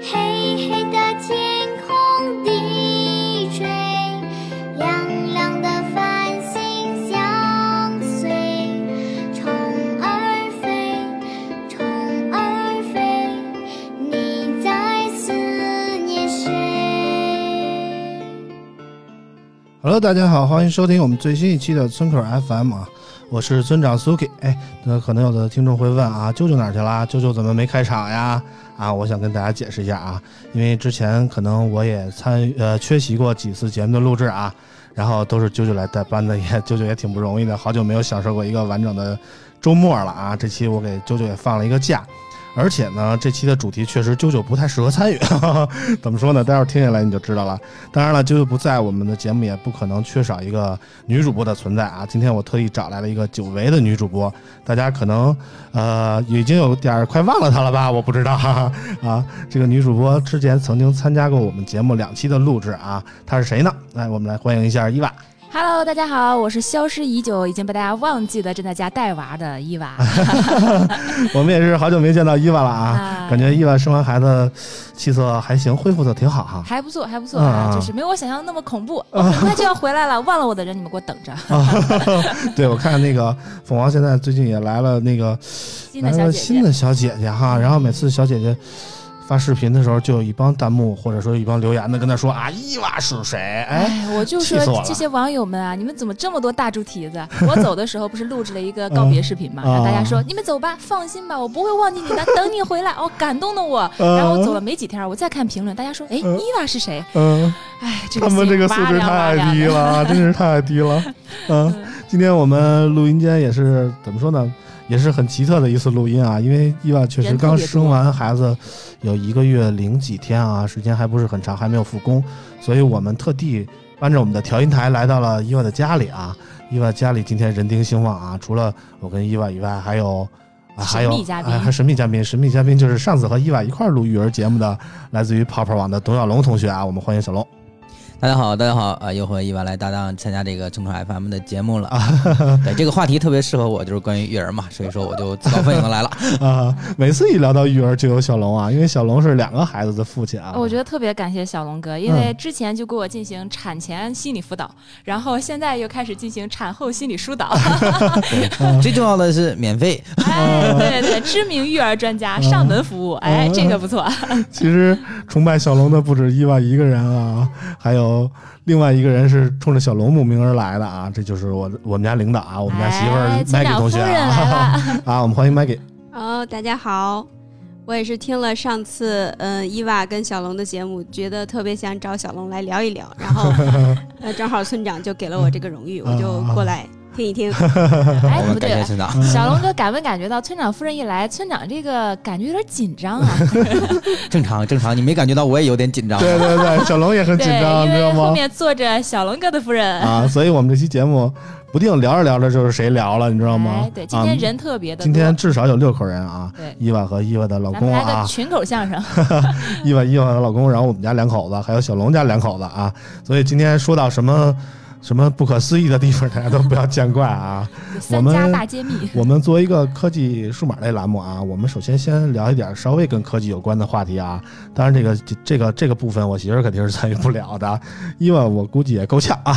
黑黑的天空低垂，亮亮的繁星相随，虫儿飞，虫儿飞，你在思念谁？ Hello，大家好，欢迎收听我们最新一期的村口 FM 啊，我是村长 Suki。哎，那可能有的听众会问啊，啾啾哪儿去啦？啾啾怎么没开场呀？啊，我想跟大家解释一下啊，因为之前可能我也参与呃缺席过几次节目的录制啊，然后都是啾啾来代班的，也 啾啾也挺不容易的，好久没有享受过一个完整的周末了啊。这期我给啾啾也放了一个假。而且呢，这期的主题确实啾啾不太适合参与， 怎么说呢？待会儿听下来你就知道了。当然了，啾啾不在，我们的节目也不可能缺少一个女主播的存在啊。今天我特意找来了一个久违的女主播，大家可能呃已经有点儿快忘了她了吧？我不知道 哈哈啊。这个女主播之前曾经参加过我们节目两期的录制啊，她是谁呢？来，我们来欢迎一下伊娃。 Hello，大家好，我是消失已久、已经被大家忘记的正在家带娃的 伊娃。我们也是好久没见到伊娃了啊啊，感觉伊娃生完孩子气色还行，恢复的挺好哈。 还不错，还不错啊啊，就是没有我想象的那么恐怖。 我很快就要回来了，忘了我的人，你们给我等着。对，我看那个凤凰现在最近也来了那个新来的小了哎姐嗯新姐，的小姐姐哈，然后每次小姐姐发视频的时候，就有一帮弹幕或者说一帮留言的跟她说啊，伊娃是谁？哎，哎，我就气死我说了这些网友们啊，你们怎么这么多大猪蹄 子？我走的时候不是录制了一个告别视频嘛，嗯然后大家说你们走吧，放心吧，我不会忘记你的，等你 回来，哦，感动的我。嗯然后我走了没几天，我再看评论，大家说，哎，嗯伊娃是谁？嗯、哎，这他个们这个素心质哇凉哇太凉的低了啊，真是太低了。嗯，今天我们录音间也是怎么说呢，也是很奇特的一次录音啊，因为伊娃确实人特刚别生多完孩子，有一个月零几天啊，时间还不是很长，还没有复工，所以我们特地搬着我们的调音台来到了伊娃的家里啊。伊娃家里今天人丁兴旺啊，除了我跟伊娃以外，还有。啊、还有神秘嘉宾哎还有神秘嘉宾，神秘嘉宾就是上次和伊娃一块儿录育儿节目的，来自于泡泡网的董小龙同学啊，我们欢迎小龙。大家好，大家好啊、又和伊娃来搭档参加这个村口 FM 的节目 了啊。对，这个话题特别适合我，就是关于育儿嘛，所以说我就自告奋勇的来 了。啊，每次一聊到育儿就有小龙啊，因为小龙是两个孩子的父亲啊。哦嗯我觉得特别感谢小龙哥，因为之前就给我进行产前心理辅导，然后现在又开始进行产后心理 疏导。嗯最重要的是免费，哦哎，对对，知名育儿专嗯家上门服务，哎，这个不错。其实崇拜小龙的不止伊娃一个人啊，还有另外一个人是冲着小龙慕名而来的啊，这就是我我们家领导啊，我们家媳妇儿哎村 Maggie 长同学夫人啊 来，啊，我们欢迎 Maggie。哦，大家好，我也是听了上次嗯、呃伊娃跟小龙的节目，觉得特别想找小龙来聊一聊，然后呃正好村长就给了我这个荣誉，我就过来听一听。哎我，不们感对谢。嗯村长。小龙哥敢问感觉到村长夫人一来，村长这个感觉有点紧张 啊。正常正常，你没感觉到我也有点紧张。对对对，小龙也很对，紧张，因知道为后吗？面坐着小龙哥的夫人。啊，所以我们这期节目不定聊着聊着就是谁聊了，你知道吗哎，？对，今天啊人特别的多。今天至少有六口人啊，对，伊娃和伊娃的老咱公们来啊个，群口相声。伊万伊万她老公，然后我们家两口子，还有小龙家两口子啊。所以今天说到什么什么不可思议的地方，大家都不要见怪啊。我三们家大揭秘，我们作为一个科技数码类栏目啊，我们首先先聊一点稍微跟科技有关的话题啊。当然，这个这这个这个部分，我媳妇儿肯定是参与不了的，伊万我估计也够呛啊。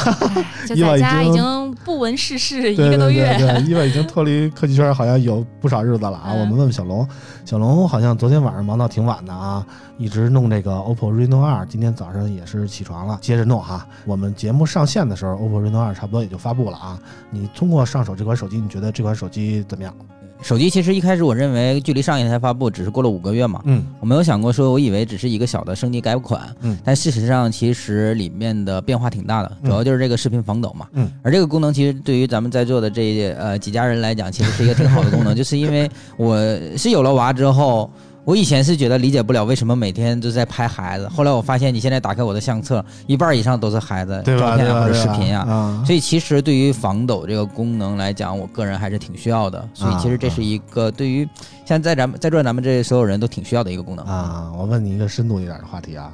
就伊娃在已家已经经不闻世 事一对个多月。对对对，伊万已经脱离科技圈好像有不少日子了啊。嗯我们问问小龙，小龙好像昨天晚上忙到挺晚的啊，一直弄这个 OPPO Reno 二，今天早上也是起床了，接着弄哈。我们节目上线的时候，OPPO Reno 二差不多也就发布了啊。你通过上手这款手机，你觉得这款手机怎么样？手机其实一开始我认为距离上一台发布只是过了五个月嘛，嗯我没有想过说，我以为只是一个小的升级改款，嗯但事实上其实里面的变化挺大的，嗯主要就是这个视频防抖嘛，嗯，而这个功能其实对于咱们在座的这呃几家人来讲，其实是一个挺好的功能， 就是因为我是有了娃之后。我以前是觉得理解不了为什么每天都在拍孩子，后来我发现你现在打开我的相册，一半以上都是孩子对吧？照对片啊吧？或者对视吧频呀、啊，所以其实对于防抖这个功能来讲，我个人还是挺需要的。所以其实这啊是一个对于像在咱们在座咱们这所有人都挺需要的一个功能。啊，我问你一个深度一点的话题啊，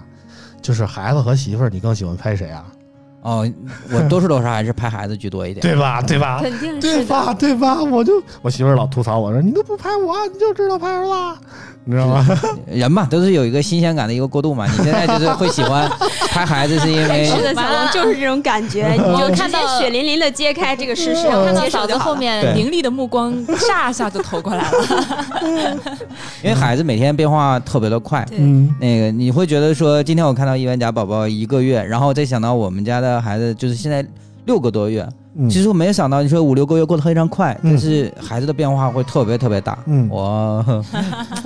就是孩子和媳妇儿，你更喜欢拍谁啊？哦，我多数多少还是拍孩子居多一点。对吧？对吧？啊肯定对是吧？的。对吧？我就我媳妇儿老吐槽我说你都不拍我，你就知道拍儿子，你知道吗？人嘛，都是有一个新鲜感的一个过渡嘛。你现在就是会喜 欢拍孩子，是因为是的，小龙就是这种感觉，你就直看接到血淋淋的揭开这个事实，看到接嫂受子就好后了。面对凌厉的目光， 唰一下就投过来了。因为孩子每天变化特别的快。对嗯那个你会觉得说，今天我看到一元甲宝宝一个月，然后再想到我们家的孩子，就是现在六个多月，嗯其实我没有想到，你说五六个月过得非常快，嗯但是孩子的变化会特别特别大。嗯我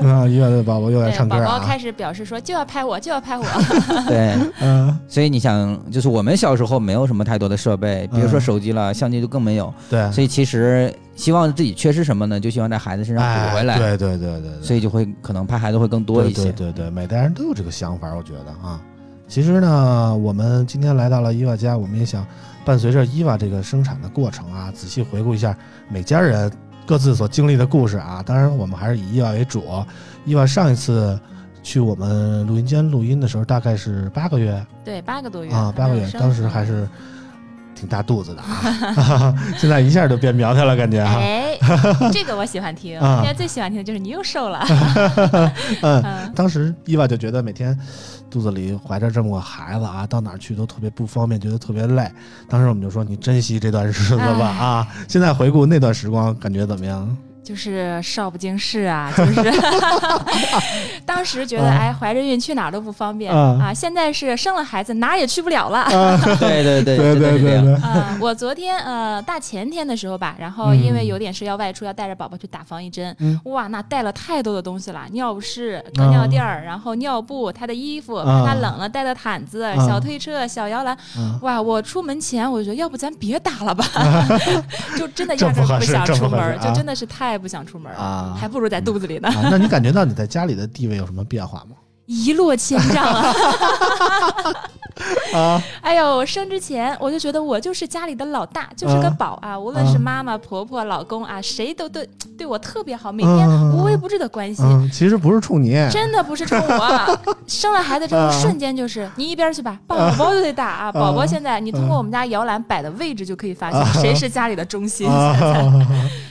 啊，医院的宝宝又来对，唱歌宝宝啊开，始表示说就要拍我，就要拍我。 对，嗯，所以你想，就是我们小时候没有什么太多的设备，比如说嗯手机了，相机就更没有。对，所以其实希望自己缺失什么呢？就希望在孩子身上补回来。哎，对对对对对，所以就会可能拍孩子会更多一些。对对对对，每代人都有这个想法，我觉得啊。其实呢，我们今天来到了伊娃家，我们也想伴随着伊娃这个生产的过程啊，仔细回顾一下每家人各自所经历的故事啊。当然，我们还是以伊娃为主。伊娃上一次去我们录音间录音的时候，大概是八个月对，八个多月嗯啊，八个月，当时还是挺大肚子的啊， 现在一下就变苗条了，感觉哈、哎， 这个我喜欢听，啊现在最喜欢听的就是你又瘦了。 嗯，嗯，当时伊娃就觉得每天肚子里怀着这么个孩子啊，到哪儿去都特别不方便，觉得特别累。当时我们就说你珍惜这段日子 吧哎啊！现在回顾那段时光，感觉怎么样？就是少不经事啊，就是 当时觉得啊哎，怀着孕去哪儿都不方便啊啊，现在是生了孩子哪儿也去不了了。对对对对真的对是这对样对，啊，我昨天呃大前天的时候吧，然后因为有点事要外出，要带着宝宝去打防疫针，嗯哇，那带了太多的东西了，尿不湿、装尿垫儿，然后尿布、他的衣服，啊怕他冷了带的毯子、啊小推车、小摇篮，嗯哇，我出门前我就觉得要不咱别打 了吧，就真的这压根不合儿不适想这不出合门适儿，啊就真的是太不想出门儿啊了，还不如在肚子里呢，啊，那你感觉到你在家里的地位有什么变化吗？一落千丈啊！ 啊，哎呦，我生之前我就觉得我就是家里的老大，就是个啊宝啊，无论是啊妈妈、婆婆、老公啊，谁都对对我特别好，每啊天啊啊无微不至的关心。嗯，其实不是冲你， 真的不是冲我 啊，生了孩子之后啊瞬间就是你一边去吧，抱宝宝就得打啊！宝宝现在你通过我们家摇篮摆的位置就可以发现谁是家里的中心，啊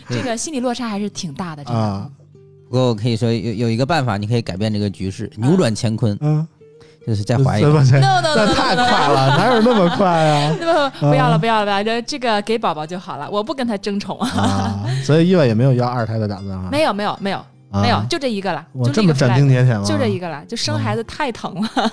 这个心理落差还是挺大的。真的，啊，不过我可以说有有一个办法，你可以改变这个局势，扭转乾坤，嗯，就是再怀一个。抱歉 No, no, no, 那 no, 太 no, no. 快了，哪有那么快 啊？不不要了，不要了，不要了，这这个给宝宝就好了，我不跟他争宠啊。 啊，所以伊娃也没有要二胎的打算啊，没有，没有，没有，啊没有，，就这一个了，我就这一么啊个斩 flag 钉截铁吗？就这一个了，就生孩子太疼了。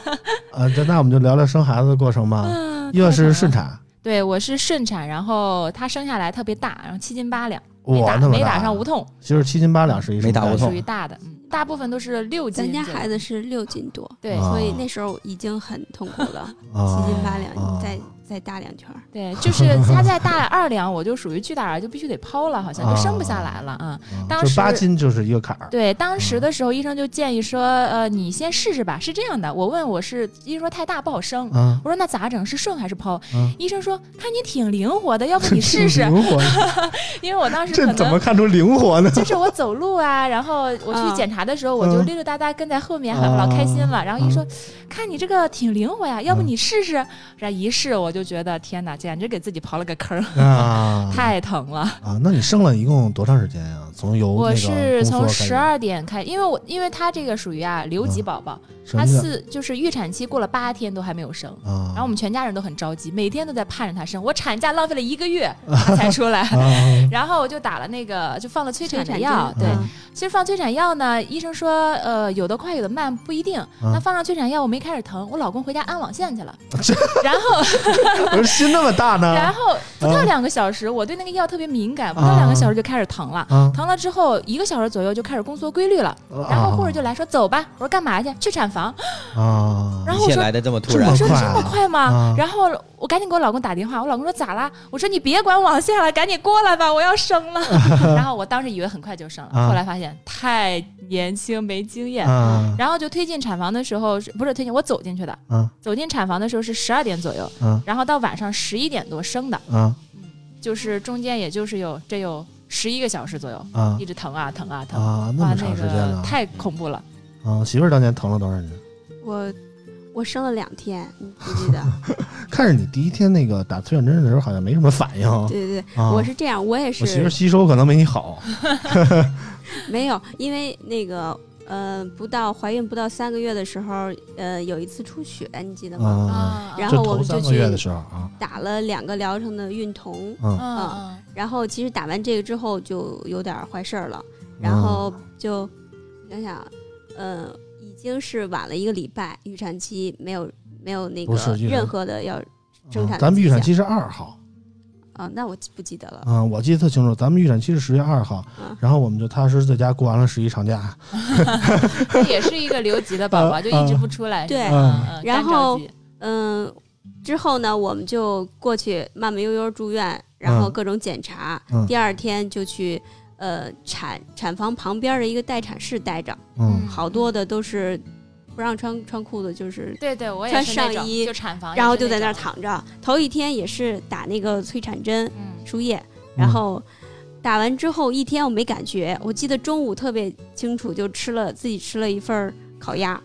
啊，这那我们就聊聊生孩子的过程吧。嗯伊娃太疼是了顺产，对我是顺产，然后他生下来特别大，然后七斤八两，没哇，打那么没大啊哦打上无痛，就是七斤八两是一没打什么无概痛属念于大的，嗯，大部分都是六斤咱左右。家孩子是六斤多，对啊所以那时候已经很痛苦 了，啊七斤八两，啊你再再大两圈儿。对， 就是他再大二两，我就属于巨大儿，就必须得剖了，好像就生不下来了啊。嗯啊当就时八斤就是一个坎儿，对，当时的时候医生就建议说，呃，你先试试吧。是这样的，我问我是医生说太大不好生，啊，我说那咋整？是顺还是剖？嗯医生说看你挺灵活 的，要不你挺试试。灵活，因为我当时可这能怎么看出灵活 呢？就是我走路啊，然后我去嗯检查的时候，我就嗯溜溜达达跟在后面，啊很老开心了。然后嗯一说，看你这个挺灵活呀，要不嗯你试试？然后一试，我就觉得天哪，简直给自己刨了个坑儿，啊太疼了。啊，那你生了一共多长时间呀？从由那我个是宫缩从开始十二点开，因为我因为他这个属于啊留级宝宝，嗯什么他叫四就是预产期过了八天都还没有生。啊，然后我们全家人都很着急，每天都在盼着他生。我产假浪费了一个月，他才出 来。啊然后我就打了那个，就放了催产的产药，针对，嗯其实放催产药呢，医生说，呃，有的快，有的慢，不一啊定。那放上催产药，我没开始疼，我老公回家安网线去了。然后，我说心那么大然呢啊后不到两个小时，我对那个药特别敏感，不到两个小时就开始疼了。啊疼了之后，一个小时左右就开始宫缩规律了。然后护士就来说：“走吧。”我说：“干嘛去？去产房。啊”，然后一我切说来的这么突这然么，说快这啊么快吗？啊然后我赶紧给我老公打电话，我老公说咋啦？我说你别管往下了，赶紧过来吧，我要生 了。然后我当时以为很快就生了，啊后来发现太年轻没经验。啊然后就推进产房的时候是，不是推进我走进去的，啊走进产房的时候是十二点左右，啊然后到晚上十一点多生的，啊就是中间也就是有这有十一个小时左右，啊一直疼啊疼啊疼，啊！那哇么长时间那呢个？太恐怖了。啊，媳妇儿当年疼了多少年？我我生了两天，你记不 记得？看着你第一天那个打催产针的时候，好像没什么反应。对对对，啊我是这样，我也我媳妇儿是吸收可能没你好。没有，因为那个呃，不到怀孕不到三个月的时候，呃，有一次出血，你记得吗？啊，啊嗯然就后我头们就三个去月的时候啊，打了两个疗程的孕酮，嗯啊然后其实打完这个之后就有点坏事儿了，嗯然后就想想，呃，已经是晚了一个礼拜，预产期没有没有那不是个预产啊任何的要生产嗯的迹象。咱们预产期是二号，啊，那我记不记得了？嗯，我记得特清楚，咱们预产期是十月二号嗯，然后我们就踏实在家过完了十一长假。这也是一个留级的宝宝，就一直不出来。对是吧嗯然后干着急嗯，之后呢，我们就过去慢慢悠悠住院，然后各种检查。嗯第二天就去呃产产房旁边的一个待产室待着，嗯嗯好多的都是不让穿穿裤子，就是对对，我也穿是那上种衣就产房，然后就在那儿。躺着。头一天也是打那个催产针嗯，输液，嗯然后打完之后一天我没感觉，我记得中午特别清楚，就吃了自己吃了一份儿烤 鸭，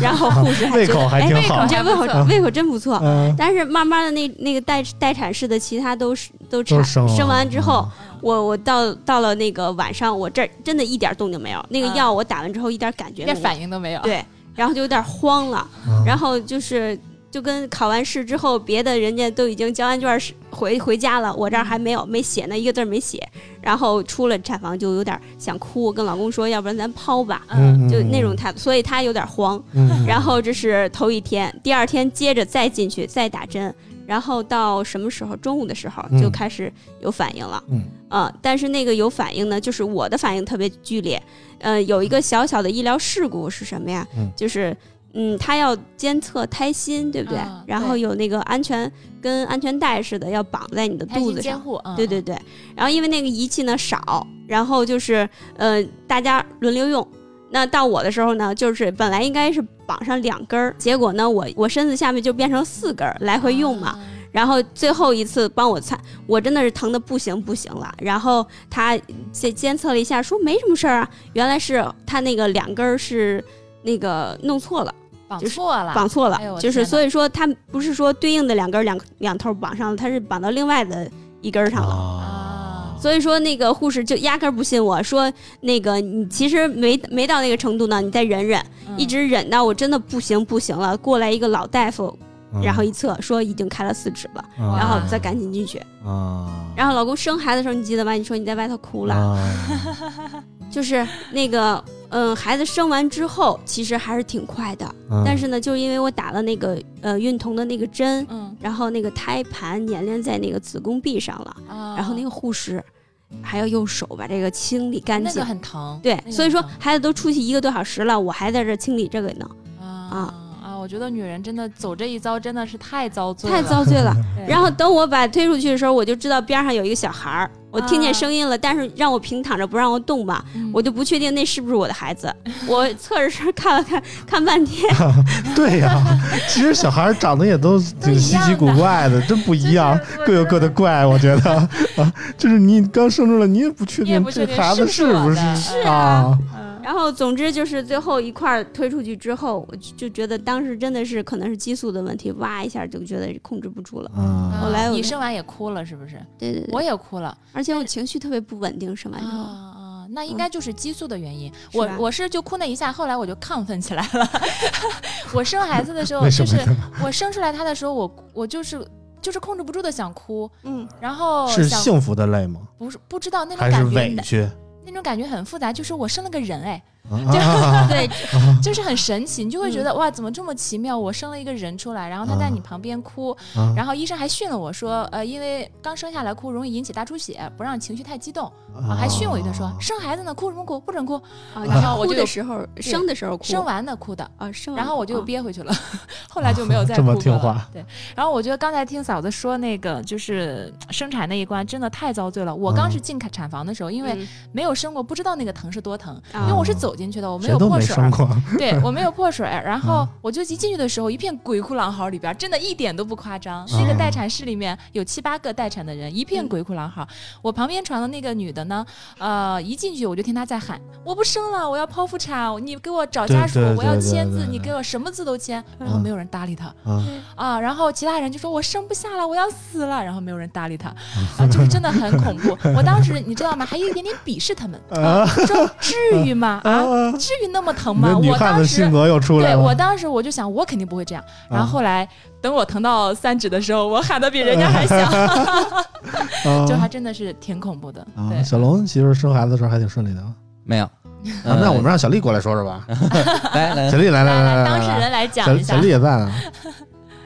然后护士还嗯胃觉口得还哎，挺胃口好你。这胃口胃口真不错。嗯，但是慢慢的那那个待待产室的其他都是都产都生了完之后，我我到到了那个晚上，我这儿真的一点动静没有。那个嗯药我打完之后一点感觉一没点有，反应都没有。对，然后就有点慌了。嗯然后就是就跟考完试之后，别的人家都已经交完卷儿是回回家了，我这儿还没有没写呢，一个字儿没写。然后出了产房就有点想哭，我跟老公说，要不然咱剖吧，嗯就那种态度，所以他有点慌。嗯然后这是头一天，第二天接着再进去再打针，然后到什么时候？中午的时候嗯就开始有反应了。嗯啊，但是那个有反应呢，就是我的反应特别剧烈。呃，有一个小小的医疗事故是什么呀？嗯就是嗯，他要监测胎心，对不对？啊然后对有那个安全跟安全带似的，要绑在你的胎肚心子监上。护，嗯对对，对，然后因为那个仪器呢少，然后就是呃大家轮流用。那到我的时候呢，就是本来应该是绑上两根儿，结果呢我我身子下面就变成四根儿，来回用嘛。啊。然后最后一次帮我擦，我真的是疼的不行不行了。然后他监监测了一下，说没什么事儿啊，原来是他那个两根儿是那个弄错了，绑就是错了，绑错了，哎呦我就是天哪所以说他不是说对应的两根儿两两头绑上了，他是绑到另外的嗯一根儿上了。啊，所以说，那个护士就压根儿不信我说，那个你其实没没到那个程度呢，你再忍忍，嗯一直忍到我真的不行不行了，过来一个老大夫，嗯然后一测说已经开了四指了，嗯然后再赶紧进去。啊，然后老公生孩子的时候，你记得吧？你说你在外头哭了， 啊就是那个，嗯，孩子生完之后，其实还是挺快的，嗯但是呢，就是因为我打了那个呃孕酮的那个针，嗯，然后那个胎盘粘连在那个子宫壁上了，然嗯然后那个护士还要用手把这个清理干那净个。很疼，对那，个所以说很疼孩子都出去一个多小时了，我还在这清理这个呢，啊啊！我觉得女人真的走这一遭真的是太遭罪了，太遭罪了。对。然后等我把推出去的时候，我就知道边上有一个小孩儿，我听见声音了，但是让我平躺着不让我动嘛，嗯我就不确定那是不是我的孩子。我侧着身看了看，看半天， 对呀、其实小孩儿长得也都挺稀奇古怪的，真不一 样，各有各的怪。我觉得啊， 就是你刚生出来，你也不确你也定不这确定孩子是不是不我是的是啊然后总之就是最后一块儿推出去之后，我就就觉得当时真的是可能是激素的问题，哇一下就觉得控制不住了。啊后来我你就生完也哭了是不是？对对对，哎我也哭了而且我情绪特别不稳定，生啊完之后。啊！那应该就是激素的原因。我嗯吧我是就哭那一下，后来我就亢奋起来了。 我生孩子的时候，为什就么是呢？我生出来他的时候，我我就是就是控制不住的想哭，嗯，然后是哦想幸福的累吗？不是不知道那种还是感觉 委屈？那种感觉很复杂，就是我生了个人哎， 啊啊 对，就是很神奇，你就会觉嗯得哇，怎么这么奇妙？我生了一个人出来，然后他在你旁边哭， 啊！然后医生还训了我说，呃，因为刚生下来哭容易引起大出血，不让情绪太激动，啊还训我一顿说，生孩子呢哭什么哭，不准哭，啊，然后我哭就的时候，生的时候哭，生完的哭的。啊，生完，然后我就啊憋回去了， 后来就 没有再这哭么过听话了。对，然后我觉得刚才听嫂子说那个就是生产那一关真的太遭罪了。我刚嗯是进产产房的时候，因为嗯没有生过，不知道那个疼是多疼，啊因为我是走进去的，我没谁有都破没水，生过， 对我没有破水。然后嗯我就一进去的时候，一片鬼哭狼嚎里边，真的一点都不夸张。那个嗯待产室里面有七八个待产的人，一片鬼哭狼嚎。我旁边床的那个女的呢，呃，一进去我就听她在喊：“我不生了，我要剖腹产，你给我找家属对对，我要对对签对字，对你给我什么字都签。”然后嗯没有人搭理她啊 啊。然后其他人就说：“我生不下了，我要死了。”然后没有人搭理她， 啊，就是真的很恐怖。我当时你知道吗？还有一点点鄙视他们，啊！说至于 吗？啊，啊至于那么疼你吗？的女我汉当子时性格又出来对了啊我当时我就想，我肯定不会这样。然后后来等我疼到三指的时候，我喊的比人家还响，啊就还真的是挺恐怖的。啊！对，小龙其实生孩子的时候还挺顺利的啊。没有。啊呃嗯那我们让小丽过来说说吧。来来小，丽来来来来，来，当事来人来小讲一小下丽。也在啊，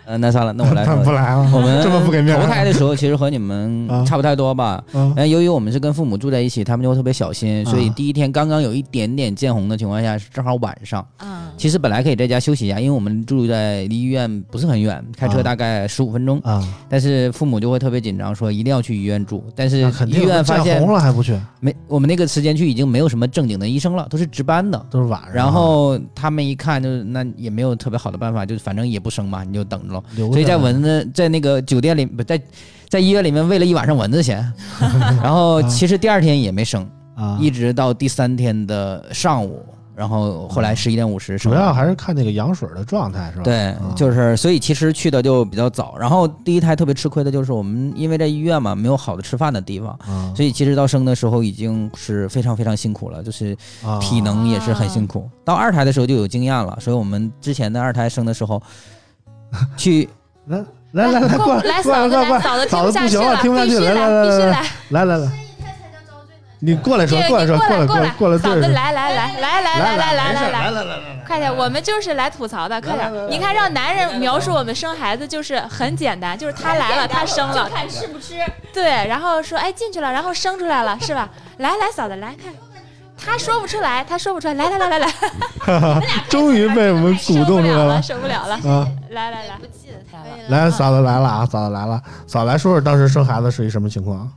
呃，那算了，那 我来她说。不来了，我们这么不给面投胎子的时候，其实和你们啊差不太多吧。啊哎但由于我们是跟父母住在一起，他们就会特别小心，所以啊第一天刚刚有一点点见红的情况下，是正好晚上。嗯，其实本来可以在家休息一下，因为我们住在离医院不是很远，开啊车大概十五分钟。啊！但是父母就会特别紧张，说一定要去医院住。但是那肯医定院发见现红了还不去，没，我们那个时间去已经没有什么正经的医生了，都是值班的。都是晚上啊。然后他们一看就是那也没有特别好的办法，就是反正也不生嘛，你就等着喽。留所以着在呢蚊子在那个酒店里不在在医院里面喂了一晚上蚊子 钱，然后其实第二天也没生，啊，一直到第三天的上午，然后后来十一点五十生啊主了。要还是啊看那个羊水的状态是吧？对，就是所以其实去的就比较早，然后第一胎特别吃亏的就是我们因为在医院嘛，没有好的吃饭的地方，啊，所以其实到生的时候已经是非常非常辛苦了，就是啊体能也是很辛苦。到二胎的时候就有经验了，所以我们之前的二胎生的 时候，去来来来来过来来过嫂来子，过来来，嫂子嫂子不听不下去行了，听不下必去须了，来来，来必须来来来，来来，你过来说对过来你说过来来过来过来嫂对子着。来来来来来来来来来来来。来来来，快点，我们就是来吐槽的，快啊来来点！你看，让男人描述我们生孩子就是很简单，就是他来了，他生了，看吃不吃，对，然后说哎进去了，然后生出来了是吧？来来嫂子来看，他说不出来，他说不出来，来来来来来， 终于被我们鼓受不动出来了了 了，受不了了，啊！来来来，来，嫂子来了啊，嫂子来了，嫂子来说说当时生孩子是一什么情况？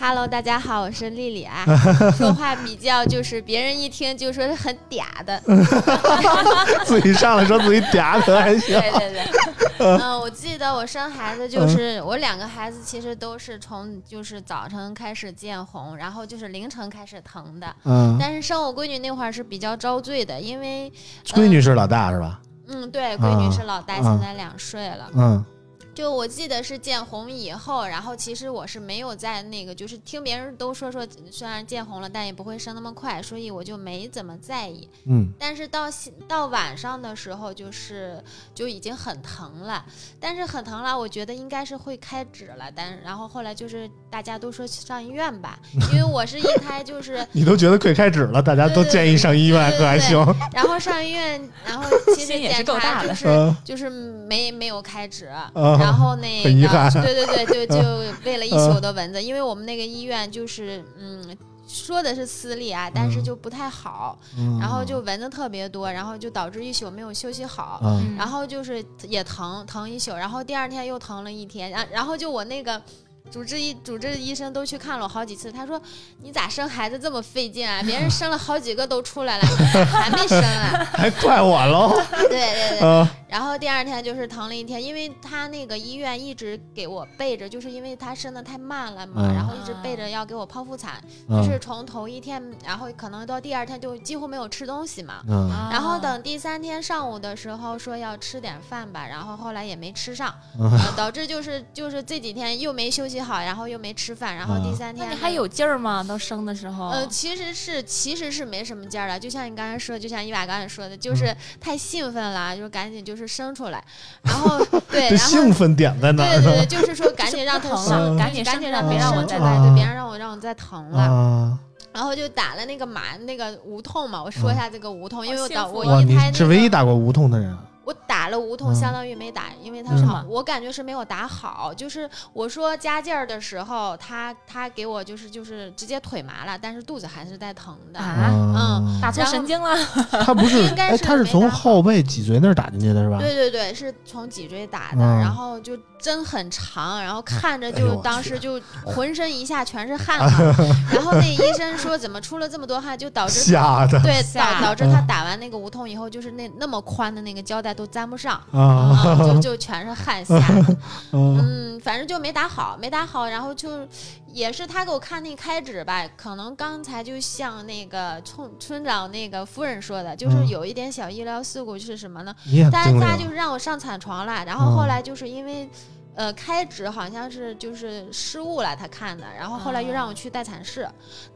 Hello，大家好，我是丽丽啊，说话比较就是别人一听就说是很嗲的，自己上来说自己嗲的还行对对对。 嗯，我记得我生孩子嗯就是我两个孩子其实都是从就是早晨开始见红，然后就是凌晨开始疼的，嗯，但是生我闺女那会儿是比较遭罪的，因为闺女是老大是吧？嗯对，闺女是老大，啊现在两岁了。嗯就我记得是见红以后，然后其实我是没有在那个，就是听别人都说说，虽然见红了，但也不会生那么快，所以我就没怎么在意。嗯但是到现到晚上的时候，就是就已经很疼了，但是很疼了，我觉得应该是会开指了，但然后后来就是大家都说去上医院 吧，因为我是一开就是，你都觉得快开指了，大家都建议上医院，可还行？然后上医院，然后其实心也是检够大查的就是嗯就是没没有开指，嗯，然 后那很遗憾嗯个，对对 对，就就喂了一宿的蚊子，因为我们那个医院就是，嗯，说的是私立啊，但嗯是就不太好，然后就蚊子特别多，然后就导致一宿没有休息好，嗯然后就是也疼疼一宿，然后第二天又疼了一天，然然后就我那个。主治医主治医生都去看了我好几次，他说：“你咋生孩子这么费 劲啊？别人生了好几个都出来了，你咋还没生啊还怪我喽？” 对对对，啊然后第二天就是疼了一天，因为他那个医院一直给我备着，就是因为他生的太慢了嘛，嗯然后一直备着要给我剖腹产，嗯就是从头一天，然后可能到第二天就几乎没有吃东西嘛。嗯然后等第三天上午的时候说要吃点饭吧，然后后来也没吃上，嗯呃导致就是就是这几天又没休息好，然后又没吃饭，然后第嗯三那天你还有劲儿吗？到生的时候，呃，其实是其实是没什么劲儿了，就像你刚才说，就像伊娃刚才说的，嗯就是太兴奋了，就是赶紧就是生出来，然后对，这然后兴奋点在哪对儿对呢 对，？就是说赶紧让他疼了生，赶紧赶生紧出来让别别让让我我再疼来，对，别让让我让我再疼了。啊，然然后就打了那个麻那个无痛嘛，我说一下这个无痛，因为我哦幸打福我哇，一你胎、那个，是唯一打过无痛的人啊，我打了无痛，嗯相当于没打，因为他嗯好，我感觉是没有打好。就是我说加劲儿的时候，他他给我就是就是直接腿麻了，但是肚子还是在疼的。啊嗯，打错神经了，他不是应，该哎，是他是没从打好后背脊椎那儿打进去的是吧？对对对，是从脊椎打的，嗯然后就针很长，然后看着哎呦就我当去 时就浑身一下全是汗嘛。然后那医生说怎么出了这么多汗，就导致吓嗯的对导吓导致他打完那个无痛以后，就是那那么宽的那个胶带都粘不上，啊啊，就 就全是汗下。嗯嗯，反正就没打好，没打好，然后就也是他给我看那开指吧，可能刚才就像那个村村长那个夫人说的，就是嗯有一点小医疗事故是什么呢？你也很但精是灵他啊，就是让我上产床了，然嗯后后来就是因为。呃，开指好像是就是失误了，他看的，然后后来又让我去待产室，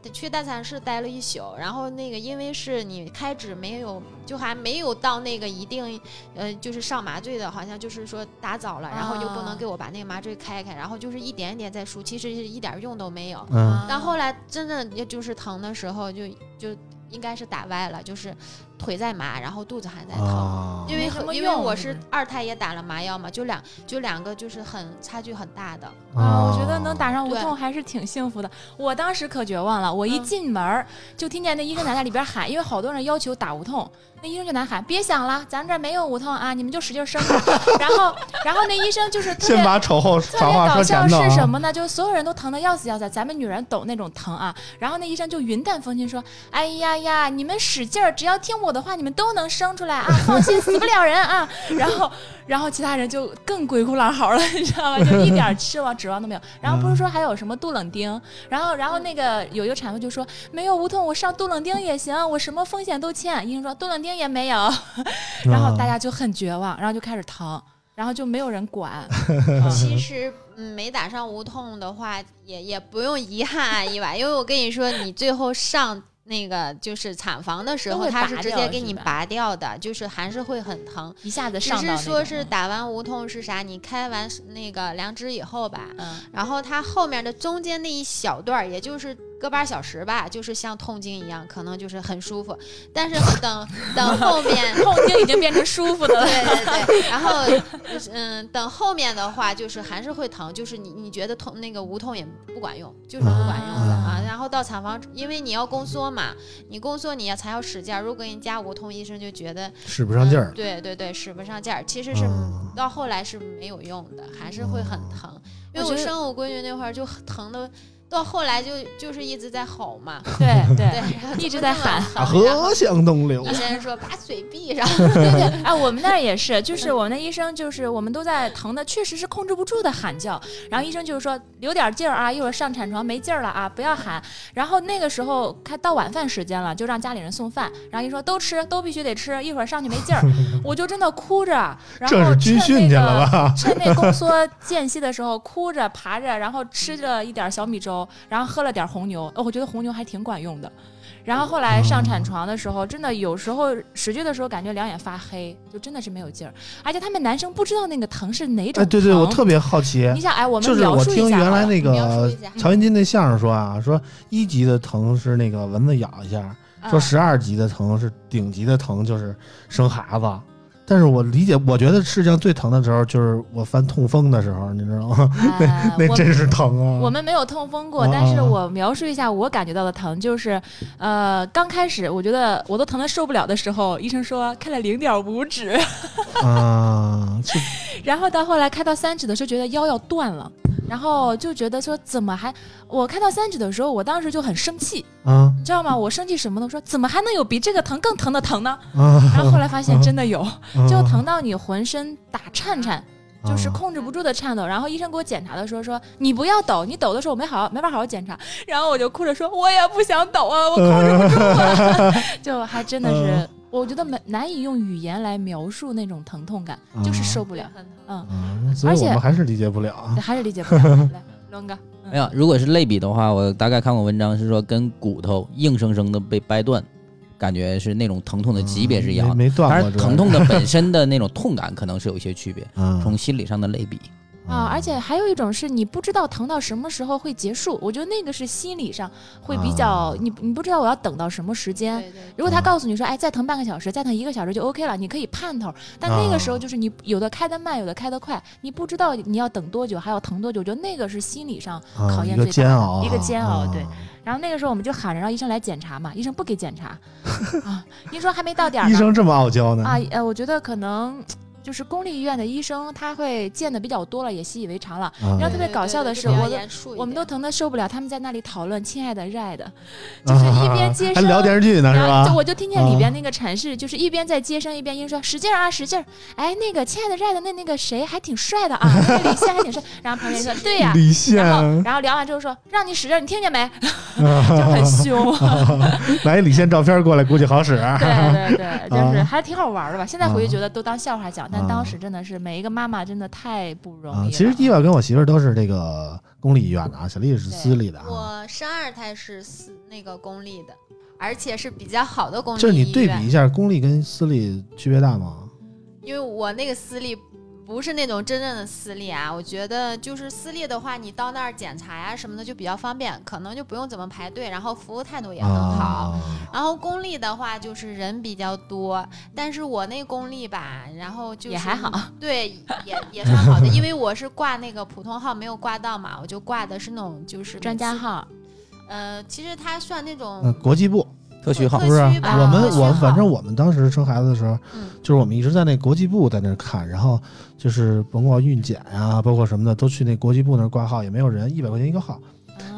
得去待产室待了一宿，然后那个因为是你开指没有，就还没有到那个一定，呃，就是上麻醉的，好像就是说打早了，然后就不能啊给我把那个麻醉开开，然后就是一点一点在输，其实是一点用都没有，嗯，到后来真的也就是疼的时候就，就应该是打歪了，就是腿在麻，然后肚子还在疼。啊因为没什么因为用我是是不二胎也打了麻药嘛，就两就两个就是很差距很大的，啊，嗯我觉得能打上无对痛还是挺幸福的。我当时可绝望了，我一嗯进门儿就听见那医生在那里边喊，因为好多人要求打无痛，那医生就在那喊：“别想了，咱这儿没有无痛啊，你们就使劲生吧。” 然后，然后那医生就是特先别。把丑后特传别话搞说笑前头是什啊，么呢？就是所有人都疼的要死要死，咱们女人懂那种疼啊。然后那医生就云淡风轻说：“哎呀呀，你们使劲儿，只要听我的话，你们都能生出来 啊，放心，死不了人啊。” 然后，然后其他人就更鬼哭狼嚎了，你知道吗？就一点儿指望指望都没有。然后不是说还有什么杜冷丁，然后然后那个有一个产妇就说：“没有无痛，我上杜冷丁也行，我什么风险都欠。”医生说：“杜冷丁也没有。” 然后大家就很绝望，然后就开始疼，然后就没有人管。其实嗯没打上无痛的话，也也不用遗憾啊，意外，因为我跟你说，你最后上那个就是产房的时都候，会它是拔直接掉给是你吧拔掉的，就是还是会很疼。一下子只上到是那嗯说种是打完无痛是啥？你开完那个良知以后吧，嗯然后它后面的中间那一小段儿，也就是个把小时吧，就是像痛经一样，可能就是很舒服。但是等等后面，痛经已经变成舒服的了对。对对，然后嗯，等后面的话就是还是会疼，就是你你觉得痛那个无痛也不管用，就是不管用的啊。然后到产房，因为你要宫缩嘛，你宫缩你也才要使劲儿，如果你加无痛，医生就觉得使不上劲儿嗯，对对对，使不上劲儿，其实是、嗯到后来是没有用的，还是会很疼。因为我我觉得生我闺女那会儿就疼的，到后来就就是一直在吼嘛， 对对对，，然后一直怎在么这么喊啊疼然后荷香东流医生说把嘴闭上，哎，我们那儿也是，就是我们的医生，就是我们都在疼的，确实是控制不住的喊叫。然后医生就是说留点劲儿啊，一会儿上产床没劲儿了啊，不要喊。然后那个时候快到晚饭时间了，就让家里人送饭。然后一说都吃，都必须得吃，一会儿上去没 劲儿，我就真的哭着。然后这是军趁那训去个了吧？趁那宫缩间隙的时候，哭着爬着，然后吃了一点小米粥，然后喝了点红牛。哦，我觉得红牛还挺管用的。然后后来上产床的时候，真的有时候使劲的时候，感觉两眼发黑，就真的是没有劲儿。而且他们男生不知道那个疼是哪种哎，疼。对对，我特别好奇，你想，哎，我就们是描我述一听下原好来了。那描述个一嗯下曹云金那相声说啊，说一级的疼是那个蚊子咬一下，说嗯十二级的疼是顶级的疼，就是生孩子。但是我理解，我觉得世界上最疼的时候就是我犯痛风的时候，你知道吗？哎 那我真是疼啊！我们没有痛风过，啊但是我描述一下我感觉到的疼，就是，呃，刚开始我觉得我都疼的受不了的时候，医生说开了零点五指， 啊，是然后到后来开到三指的时候，觉得腰要断了，然后就觉得说怎么还我开到三指的时候，我当时就很生气，啊你知道吗？我生气什么呢？我说怎么还能有比这个疼更疼的疼呢？啊！然后后来发现真的有，就啊疼到你浑身打颤颤。就是啊控制不住的颤抖，然后医生给我检查的时候说你不要抖，你抖的时候我没好没法好好检查，然后我就哭着说我也不想抖啊，我控制不住啊，就还真的是，我觉得没难以用语言来描述那种疼痛感，就是受不 了，很疼。嗯，啊，所以我们还是理解不了 啊。还是理解不了。来，龙哥，嗯没有，如果是类比的话，我大概看过文章是说跟骨头硬生生的被掰断，感觉是那种疼痛的级别是一样的。没没断当过然，这疼痛的本身的那种痛感可能是有一些区别，啊从心理上的类比。嗯啊，而且还有一种是你不知道疼到什么时候会结束，我觉得那个是心理上会比较，你你不知道我要等到什么时间。对对如果他啊告诉你说，哎，再疼半个小时，再疼一个小时就 OK 了，你可以盼头。但那个时啊候就是你有的开得慢，有的开得快，你不知道你要等多久，还要疼多久，我觉得那个是心理上啊考验一个最煎大的熬啊，一个煎熬，对啊。然后那个时候我们就喊着让医生来检查嘛，医生不给检 查，啊，医生还没到点儿医呢，生这么傲娇呢？啊，呃，我觉得可能就是公立医院的医生他会见的比较多了，也习以为常了。啊然后特别对搞笑对的对是比较我都严肃一我们都点疼得受不了，他们在那里讨论“亲爱的”“热 爱的”，就是一边接还生，聊电视剧呢是然后就吧？嗯我就听见里边那个阐释，就是一边在接生，一边音说使劲儿啊，使劲儿！哎，那个亲爱的热爱的那那个谁还挺帅的啊， 那个李现还挺帅。然后旁边说对呀、李现然后然后聊完之后说让你使劲儿，你听 见没？ 就啊 很凶。来李现照片过来，估计好使。 对对对，就是啊还挺好玩儿的吧。现在回去觉得都当笑话讲，但啊当时真的是每一个妈妈真的太不容啊易，了。其实伊娃跟我媳妇儿都是这个公立医院的啊，小丽是私立的啊。我生二胎是私那个公立的，而且是比较好的公立这你对医比一院下，公立跟私立区别大吗？因为我那个私立不是那种真正的私立啊，我觉得就是私立的话，你到那儿检查呀、什么的就比较方便，可能就不用怎么排队，然后服务态度也很好。啊，然后公立的话就是人比较多，但是我那公立吧，然后就是也还好，对，也也算好的，因为我是挂那个普通号没有挂到嘛，我就挂的是那种就是专家，号呃，其实它算那种嗯，国际部特许好嗯特不是啊区吧我们特区我好反正我们当时生孩子的时候，嗯就是我们一直在那国际部在那儿看，然后就是甭管孕检呀，包括什么的，都去那国际部那儿挂号，也没有人，一百块钱一个号。哦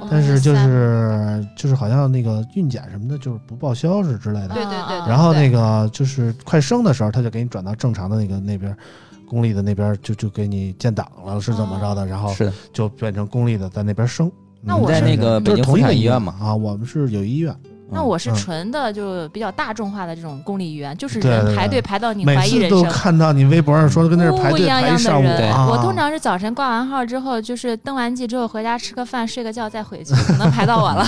嗯但是啊就是就是好像那个孕检什么的，就是不报销是之类哦的。对对对对然后那个就是快生的时候，他就给你转到正常的那个那边，公立的那边就就给你建档了，是怎么着的？然后是的，就变成公立的在那边生。哦那嗯我对是对那个对就北是京同一妇个产医医院院嘛啊，我们是有医院，那我是嗯纯的，就比较大众化的这种公立医院，就是对对人对排队排到你每怀疑次人都生。哦看到你微博上说跟那儿排乌乌队泱排一泱的上午人，啊。我通常是早晨挂完号之后，就是登完记之后回家吃个饭、睡个觉再回去，可能排到 我了，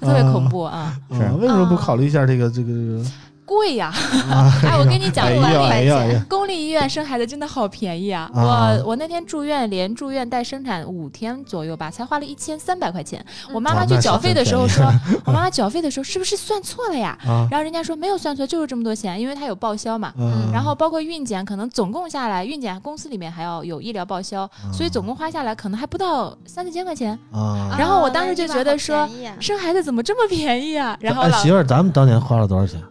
特别恐怖啊！啊是为什么不考虑一下这个这个？这个贵呀！啊哎，我跟你讲，哎公立呀哎呀哎呀！公立医院生孩子真的好便宜啊！啊我我那天住院，连住院带生产五天左右吧，才花了一千三百块钱。我妈哇妈那去是缴费真的时候便宜说， 我妈妈缴费的时候是不是算错了呀？啊然后人家说没有算错，就是这么多钱，因为它有报销嘛。嗯，然后包括孕检，可能总共下来，孕检公司里面还要有医疗报销，所以嗯总共花下来可能还不到三四千块钱。啊，然后我啊当那时就地觉方得好说便宜啊生孩子怎么这么便宜啊？然后哎老媳妇儿，咱们当年花了多少钱？啊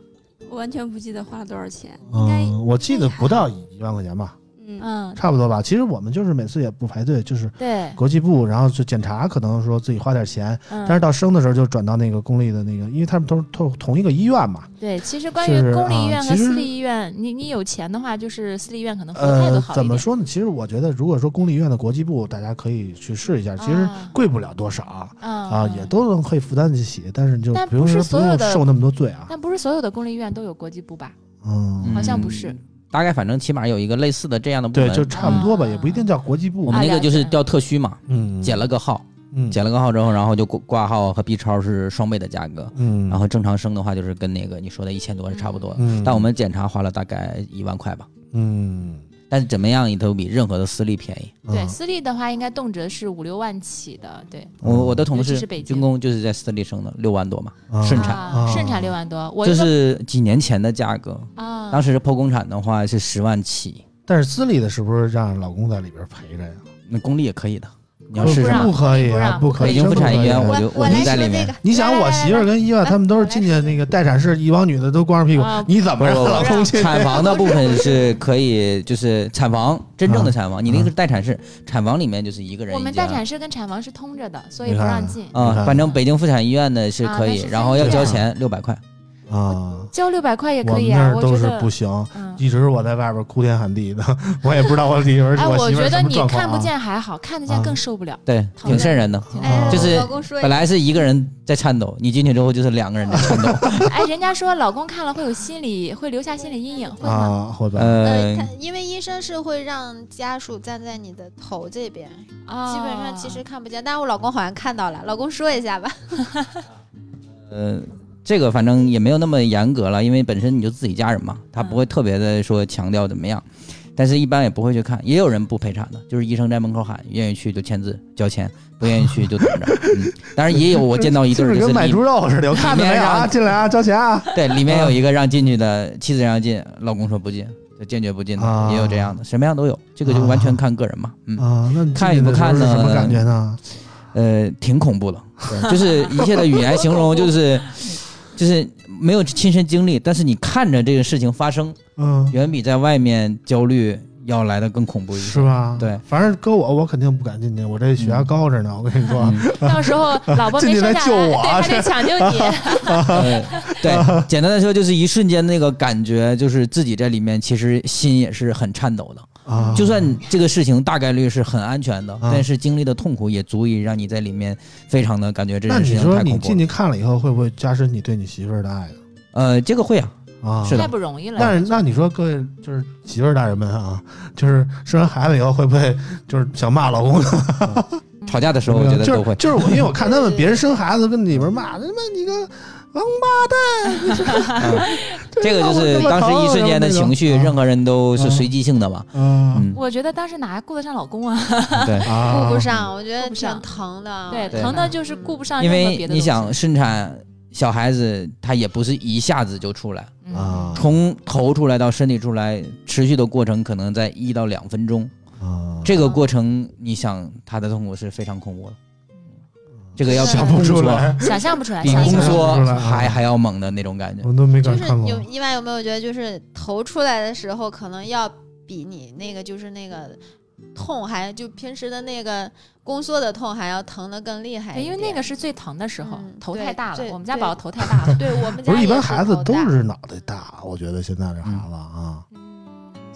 我完全不记得花了多少钱，应该哦嗯，我记得不到一万块钱吧，嗯，嗯，差不多吧。其实我们就是每次也不排队，就是对，国际部，然后就检查，可能说自己花点钱，嗯，但是到生的时候就转到那个公立的那个，因为他们都是同同一个医院嘛。对，其实关就于是公立医啊院其和实私立医院，你你有钱的话，就是私立医院可能服务态呃度，好怎一么点。说呢？其实我觉得，如果说公立医院的国际部，大家可以去试一下，其实啊贵不了多少。啊啊，也，都能可以负担得起，但是你就但不用不是说所不有用的受那么多罪啊。嗯但不是所有的公立医院都有国际部吧？嗯，好像不嗯是，大概反正起码有一个类似的这样的部对，门。就差不多吧，啊也不一定叫国际部我。们啊那个了就是解叫特需嘛，嗯，检了个号，嗯，检了个号之后，然后就挂挂号和 B 超是双倍的价格，嗯，然后正常生的话就是跟那个你说的一千多是差不多的，嗯，但我们检查花了大概一万块吧。嗯，但是怎么样也都比任何的私立便宜。对，嗯私立的话应该动辄是五六万起的，对，我嗯我的同尤其事是北京军工就是在私立生的，六万多嘛，啊顺产啊，顺啊产六万多，我这一个是几年前的价格。啊，当时是剖宫产的话是十万起，嗯但是私立的是不是让老公在里边陪着呀？那公立也可以的。你要不试试不，让不可以啊，不可以。北京真妇不产可医以院啊我就我就来在说里面这个你想我媳妇儿跟伊娃他们呃都是嗯进去那个待产室，一帮女的都光着屁股，啊你怎么让不老公进去？产房的部分是可以，就是产嗯房真正的产房，你那个是待产室，产房里面就是一个人一我间。们待产室跟产房是通着的，所以你不看让看进。你啊，看反正北京妇产医院的是可以啊那，是然后要分交店钱六百块。啊，交六百块也我可们以那啊，儿我都觉是得不，行，嗯，一直我在外边哭天喊地的， 我也不知道我媳妇儿哎，媳妇儿觉得什么你状况看不啊。见还好，看得见啊更受不了。对，疼挺的瘆人的。啊哎，就是我老公说本来是一个人在颤抖，你进去之后就是两个人在颤抖。哎，人家说老公看了会有心理，会留下心理阴影，会吗？啊，会吧？呃，呃，他因为医生是会让家属站在你的头这边，啊，基本上其实看不见，但是我老公好像看到了，老公说一下吧。呃，这个反正也没有那么严格了，因为本身你就自己家人嘛，他不会特别的说强调怎么样。但是一般也不会去看，也有人不陪产的，就是医生在门口喊，愿意去就签字交钱，不愿意去就等着。嗯，当然也有我见到一对就 儿是就跟是买里猪肉似的，有看见没有里面啊？让进来啊，交钱啊！对里面有一个让进去的，妻子让进，老公说不进，就坚决不进的，啊也有这样的，什么样都有，这个就完全看个人嘛。嗯，啊，那你看进去与不的时候看是什么呢感觉呢？呃，挺恐怖的，对就是一切的语言形 容就是。就是没有亲身经历，但是你看着这个事情发生，嗯，远比在外面焦虑要来的更恐怖 一些。是吧？对，反正搁我，我肯定不敢进去，我这血压高着呢。我跟你说，嗯到时候老婆进没去生来下救来，我对，啊还得抢救你。呃对，简单的说就是一瞬间那个感觉，就是自己在里面其实心也是很颤抖的。啊，就算这个事情大概率是很安全的，啊但是经历的痛苦也足以让你在里面非常的感觉这那件事你情说太你恐怖进了。去看了以后，会不会加深你对你媳妇儿的爱呢？呃，这个会啊，啊，是的太不容易了。 但是那你说各位就是媳妇儿大人们啊，就是生完孩子以后会不会就是想骂老公呢？吵架的时候我觉得就都会是。就是我，因为我看他们别人生孩子跟里边骂他妈你个王这个就啊我是这么当时一瞬间的情绪，疼啊任何人都是随机性的嘛。八嗯，嗯我觉得当时哪还顾得上老公啊？对。啊，顾不上，我觉顾得不挺上疼的。啊对，对疼的就是顾不上因任何为别的你东西想顺产小孩子，他也不是一下子就出来，嗯啊，从头出来到身体出来，持续的过程可能在一到两分钟。嗯啊这个过程，你想他的痛苦是非常恐怖的，嗯这个要比想不宫出缩，来，想象不出来，比想宫象不出来。缩想不出来啊还还要猛的那种感觉我。们都没就敢是看过有。一般有没有觉得，就是头出来的时候，可能要比你那个就是那个痛还就平时的那个宫缩的痛还要疼的更厉害对，一因点。为那 个是最疼的时候，嗯头对太大了最，我们家对。宝宝头太大了对我们家不是一也般孩子头都大是脑袋大，我觉得现在这孩子嗯啊，嗯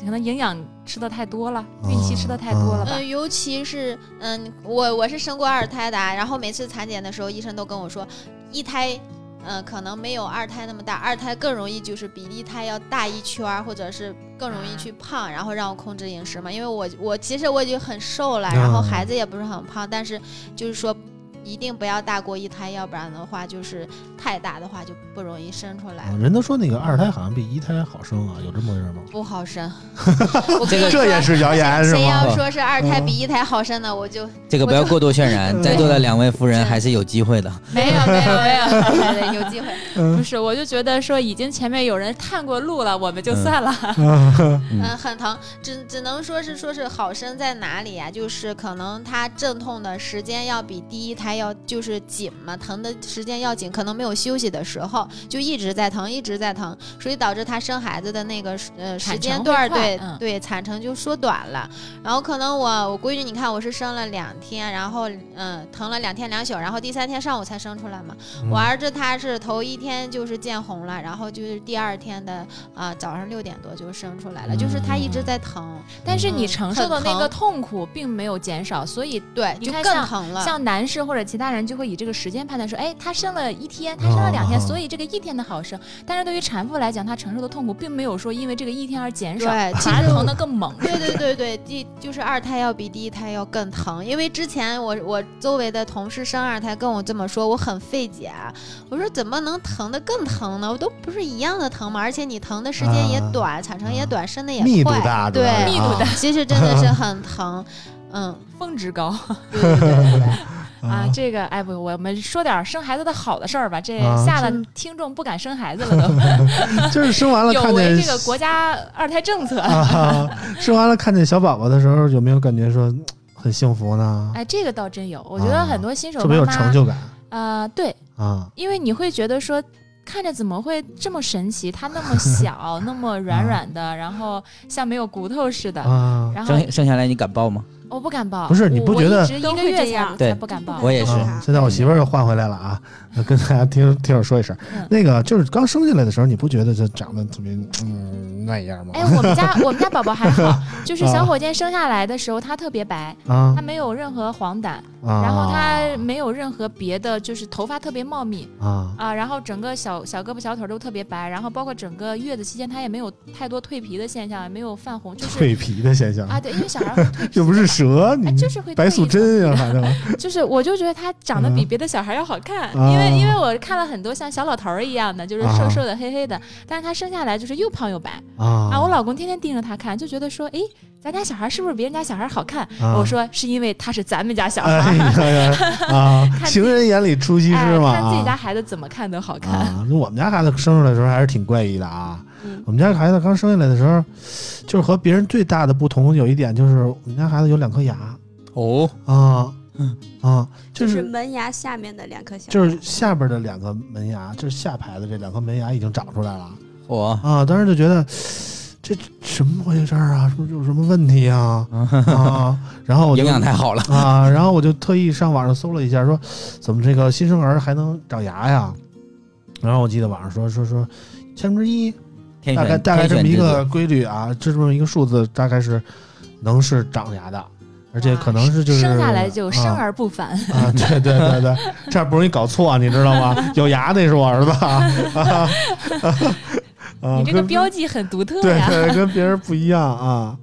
可能营养吃的太多了，孕期吃的太多了吧？嗯，尤其是嗯，我我是生过二胎的啊，然后每次产检的时候，医生都跟我说，一胎，嗯，可能没有二胎那么大，二胎更容易就是比一胎要大一圈儿，或者是更容易去胖，然后让我控制饮食嘛，因为我我其实我已经很瘦了，然后啊孩子也不是很胖，但是就是说。一定不要大过一胎，要不然的话就是太大的话就不容易生出来啊，，人都说那个二胎好像比一胎好生啊，有这么回事吗？不 好生。我跟你这也说是谣言是谁吗？嗯要说是二胎比一胎好生呢，我就这个不要过度渲染，在座的两位夫人还是有机会的。没有没有没有对，对有机会。 不是，我就觉得说已经前面有人探过路了，我们就嗯算了。 嗯，很疼，只只能说是说是好生在哪里呀、就是可能它阵痛的时间要比第一胎要就是紧嘛，疼的时间要紧，可能没有休息的时候就一直在疼，一直在疼，所以导致他生孩子的那个时呃产时间程段会儿对、快嗯对产程就缩短了。然后可能我我闺女，你看我是生了两天，然后嗯疼了两天两宿，然后第三天上午才生出来嘛。嗯我儿子他是头一天就是见红了，然后就是第二天的啊、早上六点多就生出来了，就是他一直嗯在疼，但是你嗯承很受的那疼个痛苦并没有减少，所以对，你就看更像疼了。像男士或者其他人就会以这个时间判断说，哎，他生了一天，他生了两天，哦所以这个一天的好生。但是对于产妇来讲，她承受的痛苦并没有说因为这个一天而减 少，对，其反而实疼得更猛。对对对对，第就是二胎要比第一胎要更疼，因为之前我我周围的同事生二胎跟我这么说，我很费解啊。我说怎么能疼的更疼呢？我都不是一样的疼嘛，而且你疼的时间也啊短，产程也短，生的也快，密度大，主对要是，啊密度大其实真 的是很疼。嗯，峰值高 对对 对对。嗯啊！这个哎不，我们说点生孩子的好的事儿吧，这啊吓得听众不敢生孩子了啊， 就是生完都，了有看见违这个国家二胎政策。啊， 生完了看见小宝宝的时候，有没有感觉说嗯很幸福呢？哎，这个倒真有，我觉得啊很多新手特妈别妈有成就感啊，对，啊，因为你会觉得说，看着怎么会这么神奇？它那么小，那么软软的，然后像没有骨头似的。嗯啊，然后生生下来你敢抱吗？我不敢抱，不是你我不觉我得一直都一个会月这才样对才不敢抱？我也是啊，现在我媳妇儿又换回来了啊，跟大家听听我说一声嗯，那个就是刚生下来的时候，你不觉得这长得特别嗯那样吗哎，？我们家我们家 宝宝还好，就是小火箭生下来的时候，它特别白，啊它没有任何黄疸，啊，然后他没有任何别的，就是头发特别茂密啊啊，然后整个小小胳膊小腿都特别白，然后包括整个月子期间他也没有太多蜕皮的现象，也没有泛红，就是蜕皮的现象，啊，对，因为小孩会蜕皮 又不是嘛蛇，你哎，就是会白蜕素一贞啊呀，反正就是我就觉得他长得比嗯别的小孩要好看，啊因为因为我看了很多像小老头儿一样的，就是啊瘦瘦的、黑黑的，但是他生下来就是又胖又白啊。我啊，老公天天盯着他看，就觉得说，诶，咱家小孩是不是别人家小孩好看？啊我说是因为他是咱们家小孩儿，哎呀 呀啊，看行自己人眼里出西施哎，嘛看自己家啊。孩子怎么看都好看。啊，那我们家孩子生出来的时候还是挺怪异的啊。嗯我们家孩子刚生下来的时候，就是和别人最大的不同有一点就是，我们家孩子有两颗牙哦，啊，嗯啊，就就是是门牙下面的两颗小，就是下边的两个门牙，就是下排的这两颗门牙已经长出来了我啊！当时就觉得这什么回事儿啊？是不是有什么问题 啊？啊！然哦后我就营养太好了，啊，然后我就特意上网上搜了一下，说怎么这个新生儿还能长牙呀？然后我记得网上说说说千分之一，天大选概大概天这选么一之子个规律啊，这么一个数字大概是能是长牙的，而且可能是就是生下来就生啊而不凡，啊，对对对对，这样不容易搞错、啊你知道吗？有牙那是我儿子啊，啊啊你这个啊跟标记很独特对呀。对跟别人不一样啊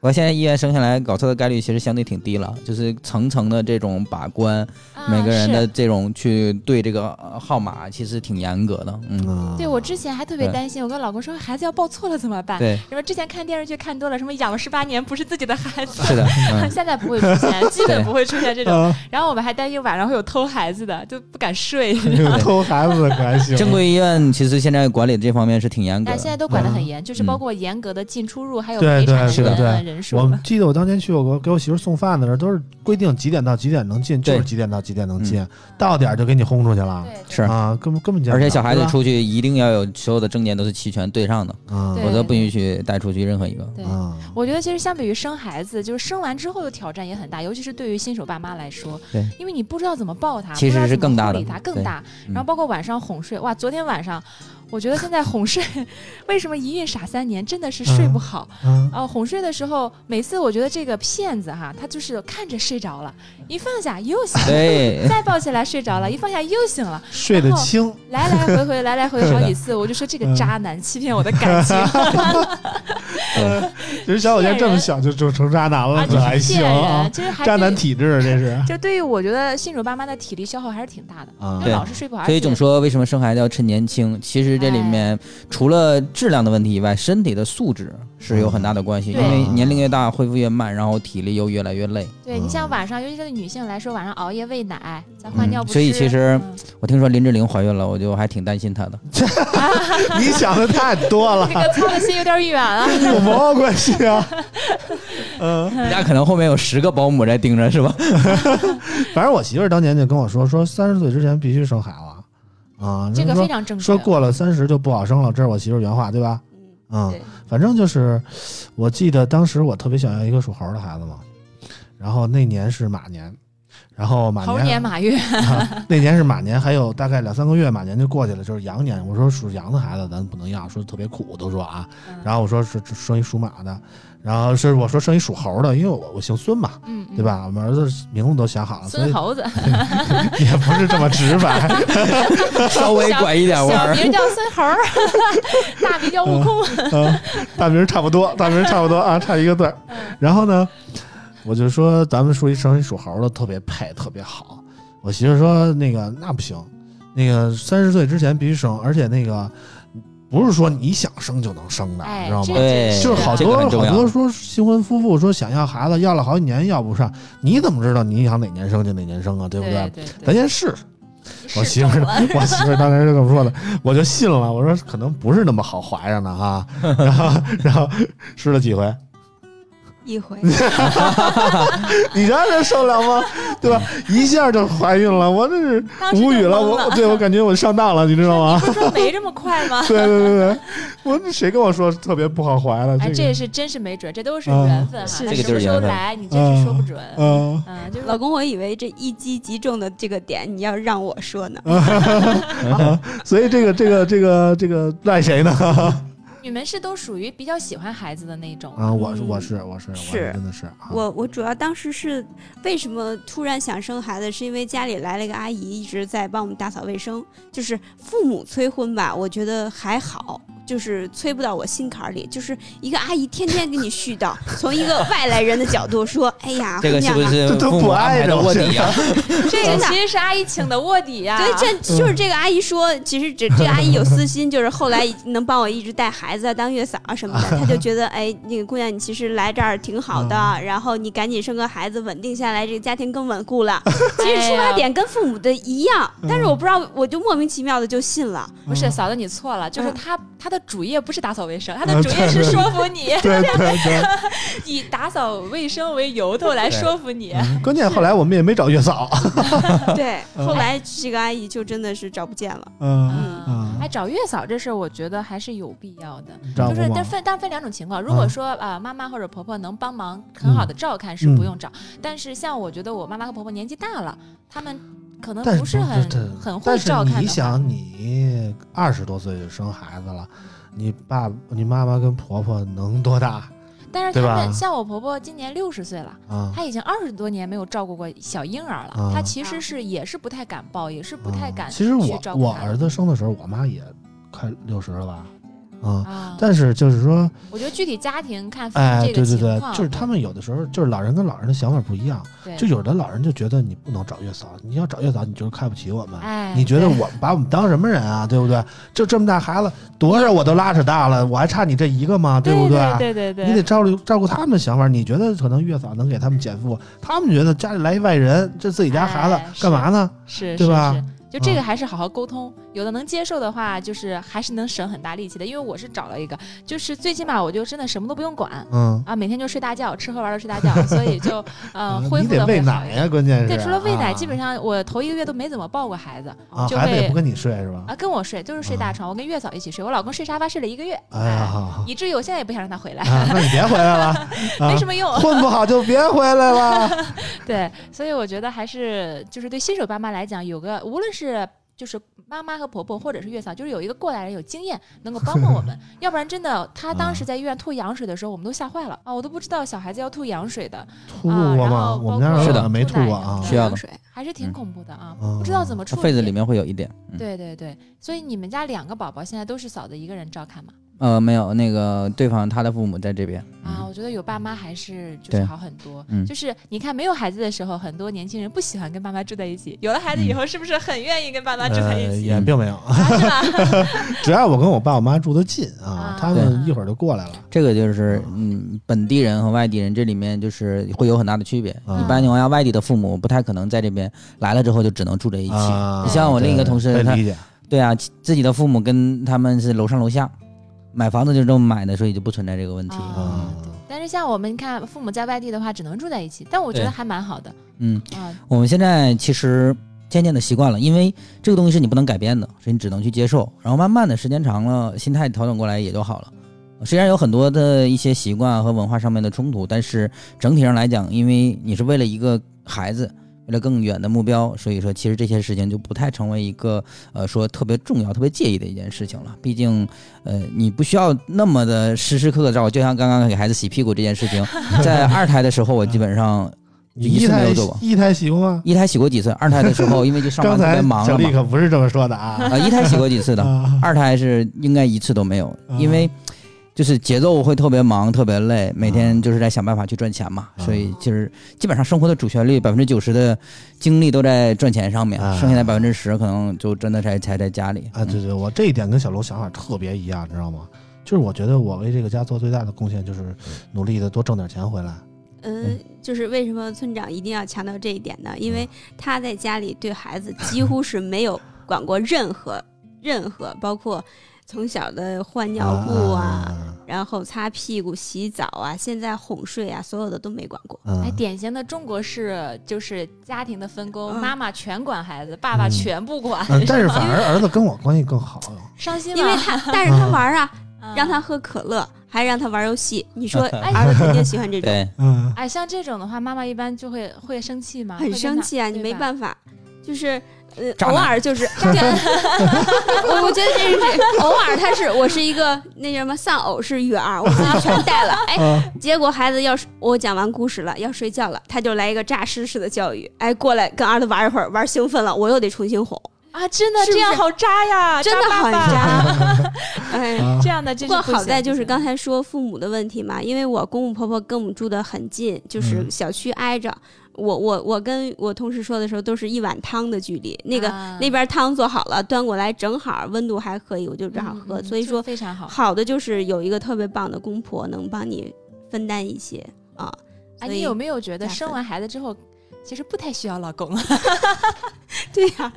我现在医院生下来搞错的概率其实相对挺低了，就是层层的这种把关， 啊每个人的是这种去对这个呃号码其实挺严格的。嗯，啊，对我之前还特别对担心，我跟老公说孩子要报错了怎么办？对，什么之前看电视剧看多了，什么养了十八年不是自己的孩 子，，是的，嗯 现在不会出 现，基本对不会出现这种。啊，然后我们还担心晚上会有偷孩子的，就不敢睡。嗯 偷孩子可还行，正规医院其实现在管理这方面是挺严格但的。现在都管得很严，就是嗯包括严格的进出入，还有对陪产对的是的人对人数。我记得我当年去我给我媳妇送饭的时候，都是规定几点到几点能进，就是对几点到几点能进，到点儿就给你轰出去了对是啊，根本根本见不而且着小孩子对吧出去一定要有所有的证件都是齐全对上的，啊对否则不允许带出去任何一个。对。啊，我觉得其实相比于生孩子，就是生完之后的挑战也很大，尤其是对于新手爸妈来说，对，因为你不知道怎么抱他，其实不知道是更大的怎么护理他更对大。嗯然后包括晚上哄睡，哇，昨天晚上，我觉得现在哄睡，为什么一孕傻三年，真的是睡不好，嗯哦，哄睡的时候，每次我觉得这个骗子哈，他就是看着睡着了，一放下又醒了，对，再抱起来睡着了，一放下又醒了，睡得然后轻，来来回回，来来回回好几次，我就说这个渣男欺骗我的感情嗯 其实小伙计这骗么人小就就成渣男 啊，了，就可还是行骗啊人，，就是还渣男对于。体质啊这 是就对于我觉得新手爸妈的体力消耗还是挺大的，啊因为对老是睡不好，所以而且总说为什么生孩子要趁年轻，其实哎这里面除了质量的问题以外，身体的素质是有很大的关系，因嗯对为年龄越大恢复越慢，然后体力又越来越累。对你像晚上，尤其是女性来说，晚上熬夜喂奶，咱换嗯尿不湿，所以其实嗯我听说林志玲怀孕了，我就还挺担心她 的。你想的太多了这，个操的心有点远啊。有毛关系啊？嗯，人家可能后面有十个保姆在盯着，是吧？ 反正我媳妇儿当年就跟我说，说三十岁之前必须生孩子啊，这个说非常正确。说过了三十就不好生了，这是我媳妇儿原话，对吧？嗯嗯，对，反正就是，我记得当时我特别想要一个属猴的孩子嘛，然后那年是马年，然后马猴年年马月，啊 那年是马年，还有大概两三个月，马年就过去了，就是羊年。我说属羊的孩子咱不能要，说特别苦，都说啊。嗯然后我说是是生一属马的，然后是我说生一属猴的，因为我我姓孙嘛，嗯，嗯对？吧？我们儿子名字都想好了，所孙以猴子，也不是这么直白。稍微拐一点弯小儿。名叫孙猴儿，大名叫悟空。嗯， 大名差不多， 大名差不多啊，差一个字儿。嗯然后呢，我就说咱们属于生一属猴的特别配，特别好。我媳妇说那个那不行，那个三十岁之前必须生，而且那个不是说你想生就能生的，你哎知道，这吗？对真就是好这个多很好重要多说新婚夫妇说想要孩子，要了好几年要不上，你怎么知道你想哪年生就哪年生啊？对不对对咱对，先试试。我媳妇儿，我媳妇儿当时就这么说的，我就信了。我说可能不是那么好怀上的哈，然后然后试了几回，一回你让人受得了吗？对吧？一下就怀孕了，我这是当时啊就无语了，懵我对我感觉我上当了，你知道吗？？不是说没这么快吗对对对对，我这谁跟我说特别不好怀了？哎，这这也个，是真是没准，这都是嗯缘分哈。是它这个什就么是时缘候分来，你真是说不准。嗯、 嗯，就是老公，我以为这一击即中的这个点，你要让我说呢。啊，所以这个这个这个这个赖谁呢？你们是都属于比较喜欢孩子的那种啊，吗，我是我是我是我是真的是啊，我我主要当时是为什么突然想生孩子，是因为家里来了一个阿姨，一直在帮我们打扫卫生。就是父母催婚吧，我觉得还好，就是催不到我心坎儿里。就是一个阿姨天天给你絮叨，从一个外来人的角度说：“哎呀，这姑个是娘不啊，是这都父不母安挨排着的我卧现 底啊？这真个的其实是阿姨请的卧底呀、对，这就是这个阿姨说，其实这这个阿姨有私心，就是后来能帮我一直带孩子啊、当月嫂啊什么的，她就觉得，哎，那个姑娘你其实来这儿挺好的，然后你赶紧生个孩子，稳定下来，这个家庭更稳固了。其实出发点跟父母的一样，但是我不知道，我就莫名其妙的就信了。嗯不是嫂子你错了，就是他他的主业不是打扫卫生，他的主业是说服你，嗯对对对， 以打扫卫生为由头来说服你。关键后来我们也没找月嫂，对，后来这个阿姨就真的是找不见了。嗯，嗯，哎，找月嫂这事儿，我觉得还是有必要的。丈就夫是，嘛但，分但分两种情况。如嗯果说啊、呃妈妈或者婆婆能帮忙很好的照看，是不嗯用找。但是像我觉得我妈妈和婆婆年纪大了，她们可能但不是很对很会但是照看的话。你想，你二十多岁就生孩子了，你爸、你妈妈跟婆婆能多大但是对她吧们像我婆婆今年六十岁了。啊？她已经二十多年没有照顾过小婴儿了，啊她其实是也是不太敢抱，也是不太敢啊去其实我照顾我她儿子生的时候，我妈也快六十了吧，啊。啊，但是就是说，我觉得具体家庭看哎，这对个对情对况，，就是他们有的时候就是老人跟老人的想法不一样，对就有的老人就觉得你不能找月嫂，你要找月嫂，你就是看不起我们，哎，你觉得对我们把我们当什么人啊？对不对？就这么大孩子，多少我都拉扯大了，我还差你这一个吗？对不啊对对对对，你得照顾照顾他们的想法。你觉得可能月嫂能给他们减负，他们觉得家里来一外人，这自己家孩哎子干嘛呢？是，对是吧是就这啊个还是好好沟通，有的能接受的话，就是还是能省很大力气的。因为我是找了一个，就是最起码我就真的什么都不用管嗯，啊，每天就睡大觉，吃喝玩乐睡大觉，所以就呃恢你复的得会喂好奶一呀、点。关键是对，除了喂啊奶，基本上我头一个月都没怎么抱过孩子，啊，就孩子也会不跟你睡是吧？啊跟我睡，就是睡大床，我跟月嫂一起睡，我老公睡沙发睡了一个月，哎呀，啊，以至于我现在也不想让他回来，那你别回来了，啊哎 没什么用。啊混不好就别回来 了。对，所以我觉得还是就是对新手爸妈来讲，有个无论是就是妈妈和婆婆，或者是月嫂，就是有一个过来人有经验，能够帮帮 我们。要不然真的，她当啊时在医院吐羊水的时候，我们都吓坏了啊！我都不知道小孩子要吐羊水的，吐过啊然吗？后我们包家括儿是子的没吐吐奶过什么啊的。需要的凉水还是挺嗯恐怖的啊，哦不知道怎么处它理。痱子里面会有一点。嗯、，对对对，所以你们家两个宝宝现在都是嫂子一个人照看嘛？呃，没有，那个对方他的父母在这边。啊，嗯我觉得有爸妈还是就是对好很多。嗯就是你看，没有孩子的时候，很多年轻人不喜欢跟爸妈住在一起；有了孩子以嗯后，是不是很愿意跟爸妈住在呃，一起？也并没有，啊是吧？ 只要我跟我爸我妈住得近啊啊，他们一会儿就过来了。这个就是嗯，本地人和外地人这里面就是会有很大的区别。嗯一般情况啊下，外地的父母不太可能在这边来了之后就只能住在一起。啊你像我另一个对同事可以他理解对啊，其自己的父母跟他们是楼上楼下，买房子就这么买的，所以就不存在这个问题。嗯啊啊，但是像我们看父母在外地的话，只能住在一起，但我觉对得还蛮好的嗯，啊。我们现在其实渐渐的习惯了，因为这个东西是你不能改变的，所以你只能去接受。然后慢慢的时间长了，心态调整过来也就好了。虽然有很多的一些习惯和文化上面的冲突，但是整体上来讲，因为你是为了一个孩子，为了更远的目标，所以说其实这些事情就不太成为一个呃说特别重要、特别介意的一件事情了。毕竟，呃，你不需要那么的时时刻刻照顾。就像刚刚给孩子洗屁股这件事情，在二胎的时候，我基本上你一一次没胎有做过一胎洗过吗？一胎洗过几次，二胎的 时候因为就上刚班特才别忙小了丽嘛，可不是这么说的 啊。啊，一胎洗过几次 的，啊二胎是应该一次都没有，啊因为就是节奏会特别忙，特别累，每天就是在想办法去赚钱嘛，啊所以就是基本上生活的主旋律百分之九十的精力都在赚钱上面啊，剩下的百分之十可能就真的才才在家里嗯啊，对对，我这一点跟小龙想法特别一样，你知道吗？就是我觉得我为这个家做最大的贡献就是努力的多挣点钱回来。嗯，就是为什么村长一定要强调这一点呢？因为他在家里对孩子几乎是没有管过任何任何，包括从小的换尿布啊，然后擦屁股、洗澡啊，现在哄睡啊，所有的都没管过。啊，啊哎，嗯典型的中国式就是家庭的分工，嗯妈妈全管孩子，爸爸嗯全不管，嗯，但是反而儿子跟我关系更好。 伤心吗？因为他，但是他玩啊，啊让他喝可乐，还让他玩游戏，你 说儿子肯定喜欢这种，对，嗯，哎，像这种的话，妈妈一般就会会生气吗？很生气啊，你没法。办法，就是呃，渣偶男尔就是，对， 我我觉得这是偶尔，他是我是一个那什么丧偶式育儿，我自己全带了，嗯哎，结果孩子要是我讲完故事了，要睡觉了，他就来一个诈尸式的教育，哎，过来跟儿子玩一会儿，玩兴奋了，我又得重新哄，啊，真的这是不是样好渣呀，真的渣好爸爸渣， 哎。啊这样的这不是过行好在就是不行啊刚才说父母的问题嘛，因为我公公婆婆跟我们住的很近，就是嗯小区挨着。我我我跟我同事说的时候，都是一碗汤的距离。那个、啊那边汤做好了，端过来正好温度还可以，我就正好嗯喝。嗯所以这说，非常好。好的就是有一个特别棒的公婆能帮你分担一些啊。哎，所你以有 没有觉得加生分完孩子之后，其实不太需要老 公了，对呀、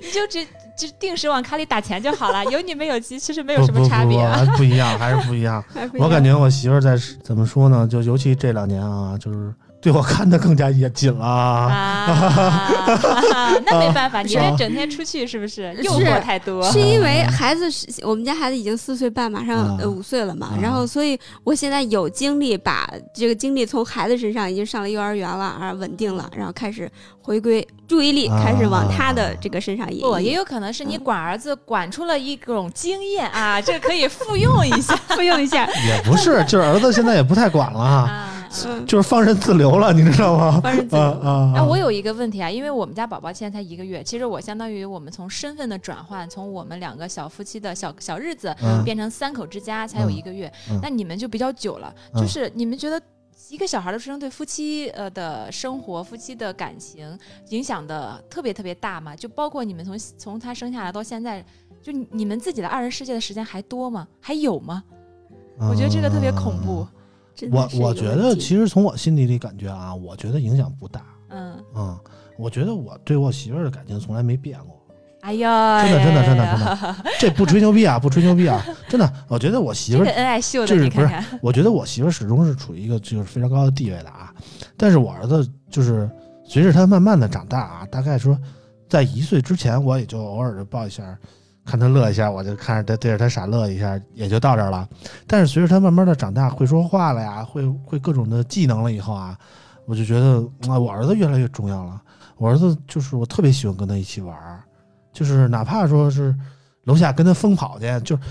你就只只定时往卡里打钱就好了，有你没有其实没有不什么不差不别不啊。还不一样，还是不一样。还不一我样感觉我媳妇儿在怎么说呢？就尤其这两年啊，就是对我看的更加也紧了啊。啊，那 没办法，你是啊这整天出去是不是诱惑太多？是因为孩子是我们家孩子已经四岁半，马上啊呃五岁了嘛啊，然后所以我现在有精力把这个精力从孩子身上已经上了幼儿园了，啊稳定了，然后开始回归注意力，啊开始往他的这个身上引。不，也有可能是你嗯管儿子管出了一种经验啊，这可以复用一下复用一下，也不是，就是儿子现在也不太管了， 啊。嗯，就是放任自流了，你知道吗？放任自啊流。啊！哎、啊我有一个问题啊，因为我们家宝宝现在才一个月，其实我相当于我们从身份的转换，从我们两个小夫妻的小小日子嗯变成三口之家才有一个月，嗯嗯那你们就比较久了，嗯就是你们觉得一个小孩的出生对夫妻呃的生活、夫妻的感情影响的特别特别大吗？就包括你们从从他生下来到现在，就你你们自己的二人世界的时间还多吗？还有吗？我觉得这个特别恐怖。啊真的我嗯是一个我问觉得，题其实从我心底里感觉啊，我觉得影响不大。嗯，嗯，我觉得我对我媳妇儿的感情从来没变过。哎呀，真的真的真的哎呀真 这不吹牛逼啊，不吹牛逼啊！真的，我觉得我媳这妇个儿，恩爱秀的，就是你看不是看， 我觉得我媳妇儿始终是处于一个就是非常高的地位的啊。但是我儿子就是随着他慢慢的长大啊，大概说在一岁之前，我也就偶尔就抱一下，看他乐一下，我就看着他对着他傻乐一下，也就到这儿了。但是随着他慢慢的长大，会说话了呀，会会各种的技能了以后啊，我就觉得啊，我儿子越来越重要了。我儿子就是我特别喜欢跟他一起玩儿，就是哪怕说是楼下跟他疯跑去，就是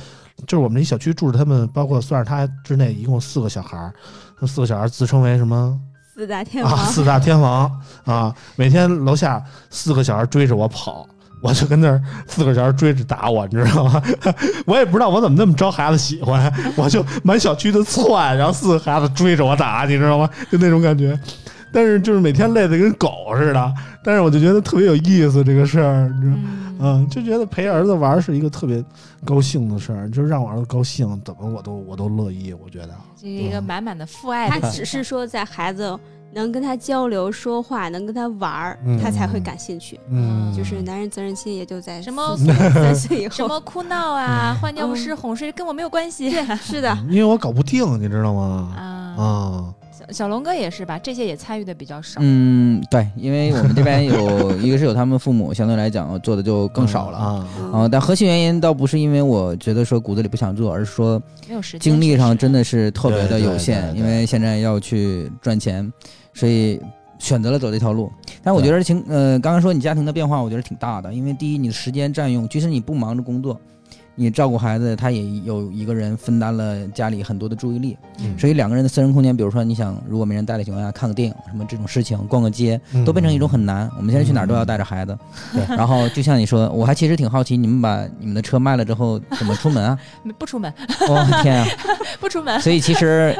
就是我们这小区住着他们，包括算是他之内，一共四个小孩儿，那四个小孩儿自称为什么四大天啊，王，四大天王啊，每天楼下四个小孩追着我跑，我就跟那儿四个小孩追着打我，你知道吗？ 我也不知道我怎么那么招孩子喜欢，我就满小区的窜，然后四个孩子追着我打，你知道吗？就那种感觉。但是就是每天累得跟狗似的，但是我就觉得特别有意思这个事儿，你知道吗？嗯嗯，就觉得陪儿子玩儿是一个特别高兴的事儿，就是让我儿子高兴，怎么我都我都乐意，我觉得。这是一嗯个满满的父 爱他的。只是说在孩子能跟他交流、说话，能跟他玩儿嗯，他才会感兴趣。嗯，就是男人责任心也就在什么四岁三岁以 什后，么哭闹啊、嗯换尿不湿、哄睡，跟我没有关系。是的，因为我搞不定，你知道吗？啊，啊，小小龙哥也是吧？这些也参与的比较少。嗯嗯，对，因为我们这边有一个是有他们父母，相对来讲做的就更少了。啊啊、但核心原因倒不是因为我觉得说骨子里不想做，而是说没有时间，精力上真的的是特别的有对对限，对因为现在要去赚钱，所以选择了走这条路。但我觉得情呃，刚刚说你家庭的变化，我觉得挺大的，因为第一，你的时间占用，即使你不忙着工作，你照顾孩子，他也有一个人分担了家里很多的注意力，嗯所以两个人的私人空间，比如说你想如果没人带的情况下，啊看个电影什么这种事情，逛个街，都变成一种很难。我们现在去哪儿都要带着孩子，嗯然后就像你说，我还其实挺好奇，你们把你们的车卖了之后怎么出门 啊？不出门，哦天啊！不出门。所以其实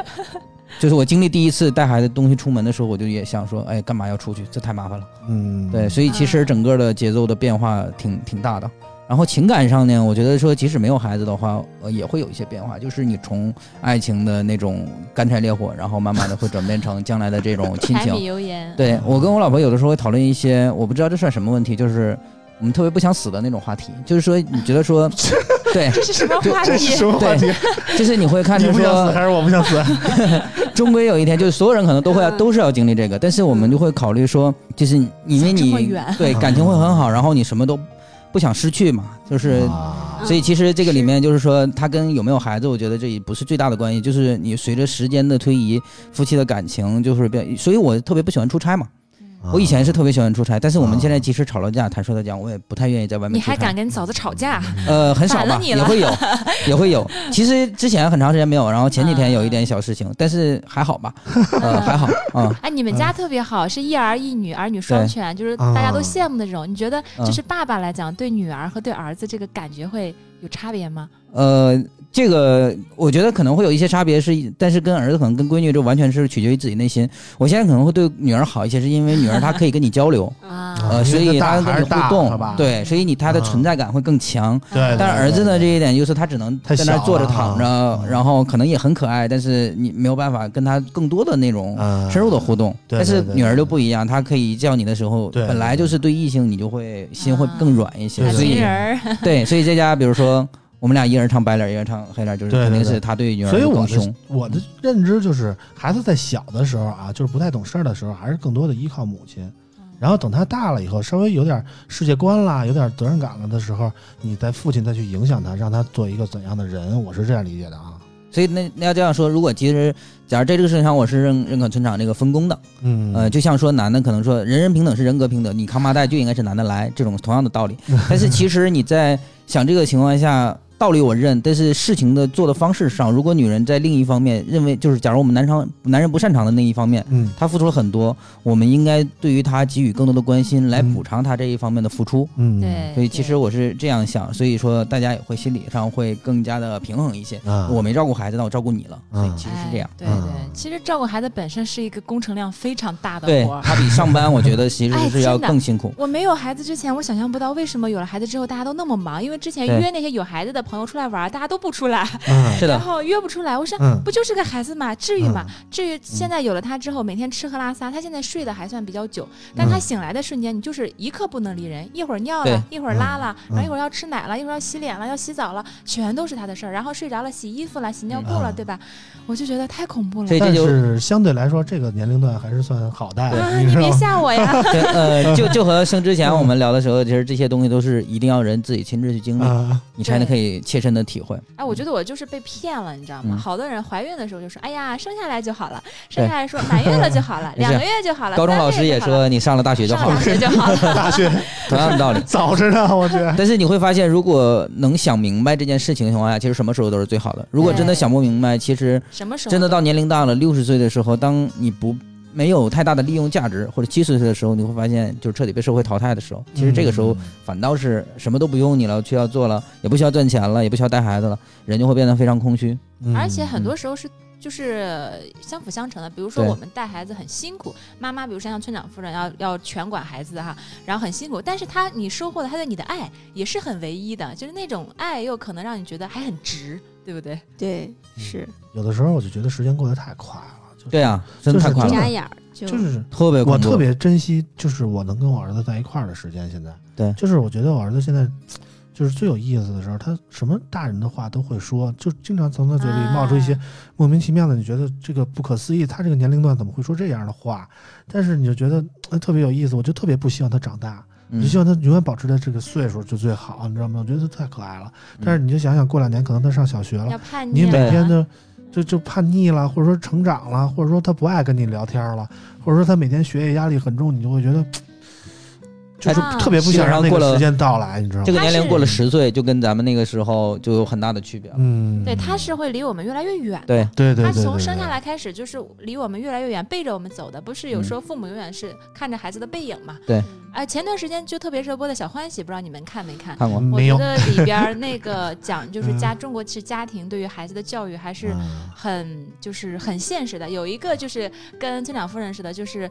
就是我经历第一次带孩子东西出门的时候，我就也想说，哎，干嘛要出去？这太麻烦了。嗯，对，所以其实整个的节奏的变化挺挺大的。然后情感上呢，我觉得说，即使没有孩子的话，呃，也会有一些变化。就是你从爱情的那种干柴烈火，然后慢慢的会转变成将来的这种 亲柴米情。油盐，对我跟我老婆有的时候会讨论一些，我不知道这算什么问题，就是我们特别不想死的那种话题。就是说，你觉 得说，对，这是什么话这是题？什么话题？就是你会看你着不想死说还，是我不想死？终归有一天，就是所有人可能都会要嗯，都是要经历这个，但是我们就会考虑说，就是因这为你么远对感情会很好，然后你什么都不想失去嘛，就是。啊所以其实这个里面就是说，他跟有没有孩子，我觉得这也不是最大的关系，就是你随着时间的推移，夫妻的感情就是变。所以我特别不喜欢出差嘛，我以前是特别喜欢出差，但是我们现在即使吵了架，坦率的讲，我也不太愿意在外面你出差。还敢跟嫂子吵架？呃，很少反了吧，你也了 会有，也会有。其实之前很长时间没有，然后前几天有一点小事嗯情，但是还好 吧，呃，还好，嗯，哎，你们家特别好，是一儿一女，儿女双对全，就是大家都啊羡慕的这种。你觉得嗯这是爸爸来讲，对女儿和对儿子这个感觉会有差别吗？呃，这个我觉得可能会有一些差别是，但是跟儿子可能跟闺女这完全是取决于自己内心。我现在可能会对女儿好一些，是因为女儿她可以跟你交流啊啊呃，所因为以大孩她跟儿你大互了吧动，对，所以你她的啊存在感会更强。啊对但是儿子呢，这一点就是他只能太在小那儿坐着了啊躺着嗯，然后可能也很可爱，但是你没有办法跟他更多的那种嗯深入的互动。对但是对对女儿就不一样，她可以叫你的时候，对本来就是对异性你就会心会更软一些，对小所情啊以人儿，对，所以在家比如说我们俩一人唱白脸，一人唱黑脸，就是对对肯定对是他对女儿所以会我更的凶。我的认知就是，孩子在小的时候啊，就是不太懂事儿的时候，还是更多的依靠母亲。嗯然后等他大了以后，稍微有点世界观啦，有点责任感了的时候，你在父亲再去影响他，让他做一个怎样的人，我是这样理解的啊。所以那那要这样说，如果其实假如在这个事情上我是认认可村长这个分工的，嗯呃，就像说男的可能说人人平等是人格平等，你扛麻袋就应该是男的来，这种同样的道理。但是其实你在想这个情况下，道理我认，但是事情的做的方式上，如果女人在另一方面认为就是，假如我们男生男人不擅长的那一方面，嗯他付出了很多，我们应该对于他给予更多的关心，来补偿他这一方面的付出。嗯，对，所以其对实我是这样想，所以说大家也会心理上会更加的平衡一些。啊，我没照顾孩子，那我照顾你了，所以嗯其实是这样哎。对对嗯，其实照顾孩子本身是一个工程量非常大的 对活儿。他比上班，我觉得其哎实是要真的更辛苦。我没有孩子之前，我想象不到为什么有了孩子之后大家都那么忙。因为之前对约那些有孩子的朋友出来玩儿，大家都不出来，嗯是然的， 嗯后约不出来。我说嗯不就是个孩子嘛，至于吗？至于现在有了他之后，每天吃喝拉撒，他现在睡得还算比较久，但嗯他醒来的瞬间，你就是一刻不能离人，一会儿尿了，一会儿拉了，嗯然后一会儿要吃奶了，一会儿要洗脸了，要洗澡了，全都是他的事儿。然后睡着了，洗衣服了，洗尿布了，嗯对吧？我就觉得太恐怖了所以。这但就是相对来说，这个年龄段还是算好带啊！的，你知道别吗？吓我 呀！对，呃，就就和生之前我们聊的时候，其实这些东西都是一定要人自己亲自去经历，啊，你才能可以切身的体会。哎，我觉得我就是被骗了，你知道吗？嗯好多人怀孕的时候就说：“哎呀，生下来就好了，生下来说满月了就好了， 没两事个月就好了。”高中老师也说，你上了大学就上好大了，学就好 了。大 学。同样的道理早着呢，我去。但是你会发现，如果能想明白这件事情的情况下，其实什么时候都是最好的。如果真的对想不明白，其实什么时候真的都到年龄大了，六十岁的时候，当你不没有太大的利用价值，或者七十岁的时候，你会发现就是彻底被社会淘汰的时候。其实这个时嗯候反倒是什么都不用你了，去要做了，也不需要赚钱了，也不需要带孩子了，人就会变得非常空虚。嗯，而且很嗯多时候是就是相辅相成的。比如说对我们带孩子很辛苦，妈妈比如说像村长夫人要要全管孩子哈，然后很辛苦，但是她你收获了她对你的爱也是很唯一的，就是那种爱又可能让你觉得还很值，对不对？对，是有的时候我就觉得时间过得太快了，就是对啊，真的就是太快真了的，眨眼儿就嗯就是特别我恐怖特别珍惜，就是我能跟我儿子在一块儿的时间。现在，对就是我觉得我儿子现在就是最有意思的时候，他什么大人的话都会说，就经常从他嘴里冒出一些啊莫名其妙的，你觉得这个不可思议，他这个年龄段怎么会说这样的话？但是你就觉得呃特别有意思，我就特别不希望他长大，我嗯就希望他永远保持在这个岁数就最好，你知道吗？我觉得他太可爱了。嗯但是你就想想，过两年可能他上小学了，要叛逆啊你每啊对天都就就叛逆了，或者说成长了，或者说他不爱跟你聊天了，或者说他每天学业压力很重，你就会觉得就是啊特别不想让那哎基本上过个了时间到来，你知道这吗？个年他龄是过了十岁，就跟咱们那个时候就有很大的区别了。嗯，对，他是会离我们越来越远。对，对对他对对，从生对嗯下来开始就是离我们越来越远，背着我们走的。不是有说父母永远是看着孩子的背影嘛？对哎，前段时间就特别热播的小欢喜，不知道你们看没看？看过。我嗯没觉有，得里边儿那个讲就是家嗯中国式家庭对于孩子的教育还是嗯很就是很现实的。有一个就是跟村长夫人似的，就是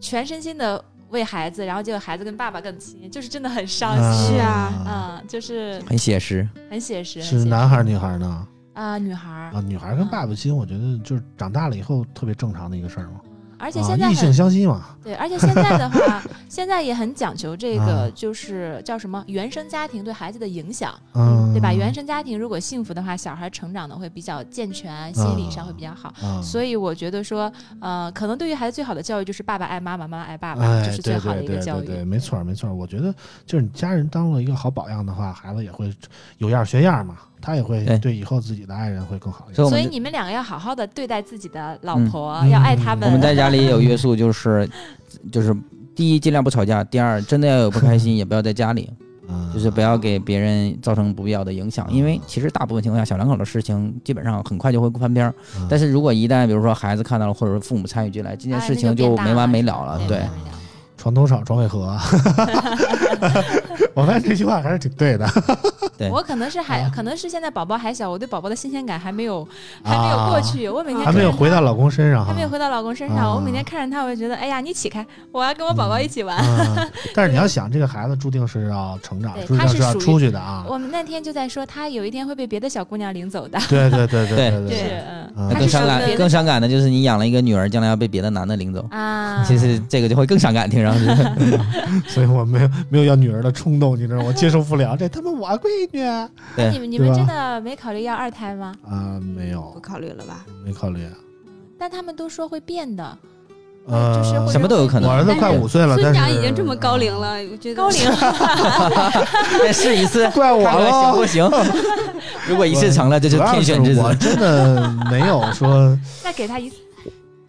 全身心的为孩子，然后结果孩子跟爸爸更亲，就是真的很伤心。是啊，嗯，就是很写实，很写实，很嗯是写男实孩儿女孩儿呢？啊、女孩儿啊，，女孩儿跟爸爸亲，我觉得就是长大了以后特别正常的一个事儿嘛，而且啊现，在异很、性相吸嘛，对，而且现在的 话，现在也很讲究这个啊，就是叫什么原生家庭对孩子的影响。嗯，对吧？原生家庭如果幸福的话，小孩成长的会比较健全，心理上会比较好。嗯啊，所以我觉得说，呃，可能对于孩子最好的教育就是爸爸爱妈妈，妈妈爱爸爸，哎，这对对是最对好的一个对教育。对没错儿没错儿。我觉得就是你家人当了一个好榜样的话，孩子也会有样儿学样儿嘛，他也会对对以后自己的爱人会更好一所点。以我所们以就你们两个要好好的对待自己的老嗯婆，要爱他嗯们。啊我们在家里也有约束，就是就是第一尽量不吵架，第二真的要有不 开心也不要在家里，嗯啊就是不要给别人造成不必要的影响，因为其实大部分情况下小两口的事情基本上很快就会翻篇儿，嗯啊但是如果一旦比如说孩子看到了，或者是父母参与进来，这啊件事情就没完没了了，对。床头吵，床尾和。 我发现这句话还是挺对的。对嗯我可能是还，可能是现在宝宝还小，我对宝宝的新鲜感还没有，还没啊有过去。我每天啊还没有看着回他到老公身上哈，还没有回到老公身上，啊我每天看着他，我就觉得，哎呀，你起开，我要跟我宝宝一起玩。嗯，但是你要想，这个孩子注定是要成长，对注定他是是要属于出去的啊。我们那天就在说，他有一天会被别的小姑娘领走的，对对对对对是对，嗯，嗯那他是更伤属于感，别更的伤感的就是你养了一个女儿，将来要被别的男的领走，啊，其实这个就会更伤感，听上去。所以我没有没有要女儿的冲动，你知道吗，我接受不了，这他妈我闺女啊，对你们你对吧们真的没考虑要二胎吗？啊没有不考虑了吧？没考虑，但他们都说会变的，呃就是，会什么都有可能我儿子但是快五岁了，村但长是已经这么高龄，了，我觉得高龄 再试 一次，怪我看看行了不。行？ 如果一次成了，这就主是要天是选之我子。真的没有说再给他一次，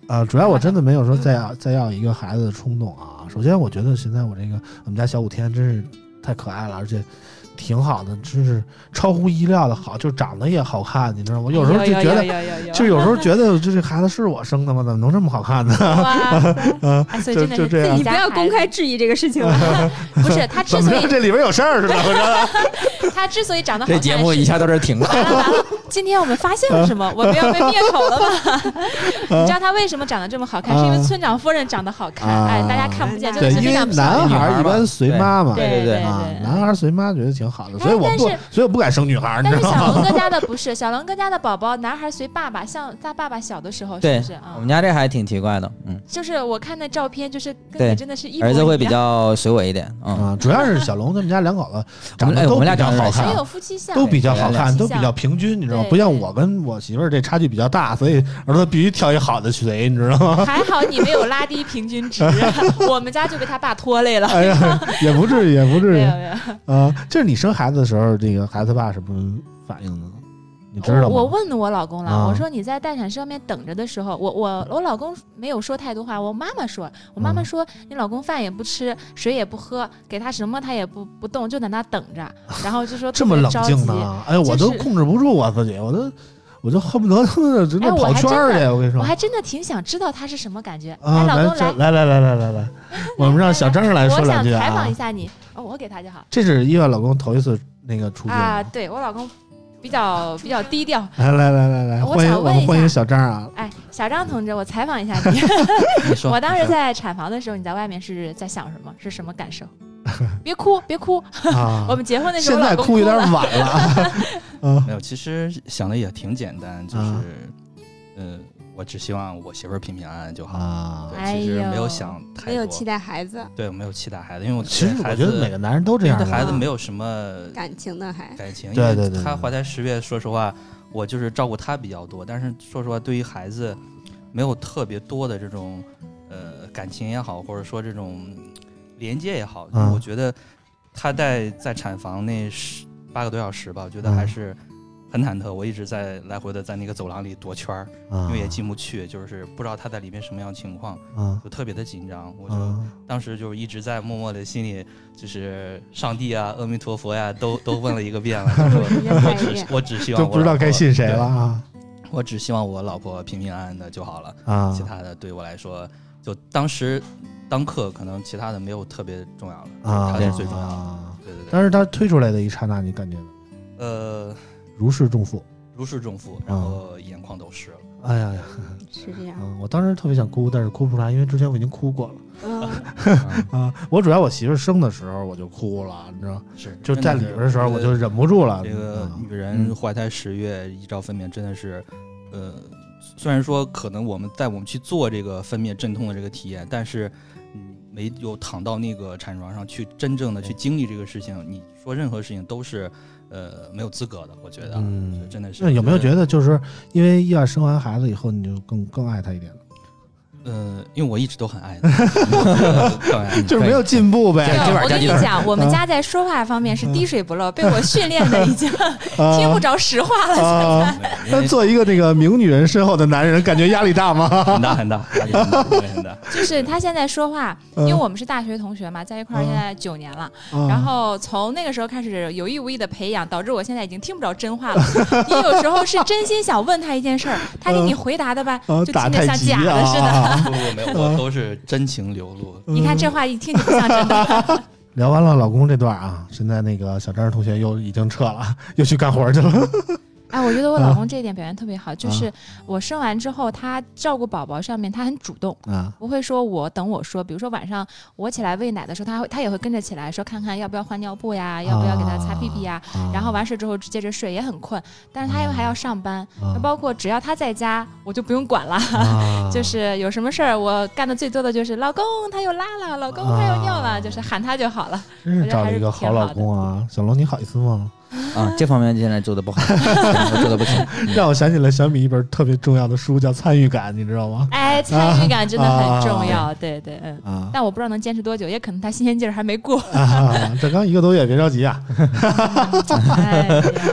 啊，主要我真的没有说再要再要一个孩子的冲动啊。首先，我觉得现在我这个我们家小五天真是太可爱了，而且挺好的，真是超乎意料的好，就长得也好看，你知道吗？有时候就觉得，有有有有就有时候觉得就这孩子是我生的吗？怎么能这么好看呢？ 哇塞，哎所以啊就真的就是这自样己 你不家要孩公子 开质疑这个事情了。不是他之怎么所着，以这里边有事儿是怎么着？他之所以长得好这看，节目是一下到这儿 停了。完了完了，今天我们发现了什 么？我们要被灭口了吧？你知道他为什么长得这么好看？是因为村长夫人长得好看，啊哎，大家看不见，就对对，是因村为长夫人男孩儿一般随妈嘛。对对对对啊，男孩儿随妈觉得挺好的，所以我但不是，所以我不敢生女孩儿，你但知是道吗？小龙哥家的不是， 小龙哥家的宝宝，男孩随爸爸，像他爸爸小的时候是对不是啊我？们家这还挺奇怪的，嗯，就是我看那照片，就是跟对你真的是一模儿子会比一样，较随我 一点，嗯，啊，主要是小龙他们家两口子长哎得都我们俩比较长得好像看没，有夫妻相，都比较好看，对都比较平均，你知道吗？对不像对我跟我媳妇儿这差距比较大，所以儿子必须挑一好的谁，你知道 吗？还好你没有拉低平 均值，我们家就被他爸拖累了。哎呀，也不至于，也不至没于有啊、没有，就是你生孩子的时候，这个孩子爸什么反应呢？你知道吗？我问我老公了，啊我说你在待产室外面等着的时候，我我我老公没有说太多话，我妈妈说，我妈妈嗯说、你老公饭也不吃，水也不喝，给他什么他也不不动，就在那等 着，然后就说这么特别冷着静急呢？哎，我都就是控制不住我自己，我都我都恨不得他妈的真的哎我跑还圈儿真去，的我跟你说我还真的挺想知道他是什么感觉。啊，哎，老公来来来，来来来来来，我们让小张来说我两想句采啊访一。下你。哦，我给他就好这是伊万老公头一次那个出镜啊。对我老公比较比较低调。来来来来来，我欢迎想我问们一欢下迎小张啊！ 哎，小张同志，我采访一 下你。你说我当时在产房的时候，你在外面是在想什么？是什么感受？ 别哭，别哭。啊我们结婚的时现候，我在老公哭哭有点了晚了。 嗯没有，其实想的也挺简单，就是，啊呃，我只希望我媳妇儿平平安安就好。啊，对，其实哎呦没有想太多，没有期待孩子，对，我没有期待孩子，因为我其实对我孩觉子得每个男人都这对样啊对吧。孩子没有什么感情的还感情，对因为对对对他对怀胎十月，说实话，我就是照顾他比较多，但是说实话，对于孩子，没有特别多的这种呃感情也好，或者说这种嗯连接也好，嗯我觉得他在在产房那十八个多小时吧，我觉得嗯还是很忐忑，我一直在来回的在那个走廊里踱圈儿，啊，因为也进不去，就是不知道他在里面什么样的情况，啊就特别的紧张，我就。啊当时就一直在默默的心里，就是上帝啊、阿弥陀佛呀、都都问了一个遍了。就是我 人家我再一只遍，我只希望都我嗯不知道老婆该信谁了。啊对我只希望我老婆平平安安的就好了，啊其他的对我来说，就当时当刻可能其他的没有特别重要了，啊！她是最重要的。啊对对对，但是他推出来的一刹那，你感觉呃，如释重负。如释重负，啊然后眼眶都湿了。哎呀呀，是这 样。嗯，我当时特别想哭，但是哭不出来，因为之前我已经哭过了嗯，啊。我主要我媳妇儿生的时候我就哭了，你知道，是，就真在里是边的时候觉我得就忍不住了。这个女嗯人怀胎十月，一朝分娩真的是，呃，虽然说可能我们在我们去做这个分娩阵痛的这个体验，但是你没有躺到那个产床上去真正的去经历这个事情，你说任何事情都是呃没有资格的，我觉得，嗯就真的是。那有没有觉得？得就是因为要生完孩子以后，你就更更爱他一点了？呃，因为我一直都 很爱她，当然就是没有进步呗。今晚我家跟具你事儿讲，我们家在说话方面是嗯滴水不漏，被我训练的已经啊 听不着实话了。啊，没有 因那为做一个这个名女人身后的男人，感觉压力大吗？ 很大很大，压力很大，压力很大。就是他现在说话，因为我们是大学同学嘛，在一块儿嗯现在九年了，啊然后从那个时候开始有意无意的培养，导致我现在已经听不着真 话了。你有时候是真心想问他一件事儿，他给你回答的吧，啊就嗯打听着太像极假啊的似的。 啊，不不没有，我都是真情流露。嗯你看这话一听就不像 真的。聊完了老公这段啊，现在那个小张同学又已经撤了，又去干活 去了。哎，我觉得我嗯老公这一点表现特别好，就是我生完之后，他照顾宝宝上面他很主动。啊，不会说我等我说，比如说晚上我起来喂奶的时候，他会他也会跟着起来说看看要不要换尿布呀，要不要给他擦屁屁呀，啊然后完事之后接着睡也很困，但是他又还嗯要上班，那包括只要他在家，我就不用管了。啊 就是有什么事儿，我干的最多的就是老公他又拉了，老公他又尿了，啊就是喊他就好了。真是找了一个好老公啊！小龙，你好意思吗？啊，这方面现在做的不好， 我做的不 行。嗯 让我想起了小米一本特别重要的书，叫《参与感》，你知道吗？哎，参与感真的很重要，对对嗯。啊但我不知道能坚持多久，也可能他新鲜劲儿还 没过。啊，这刚一个多月，别着急 啊哎呀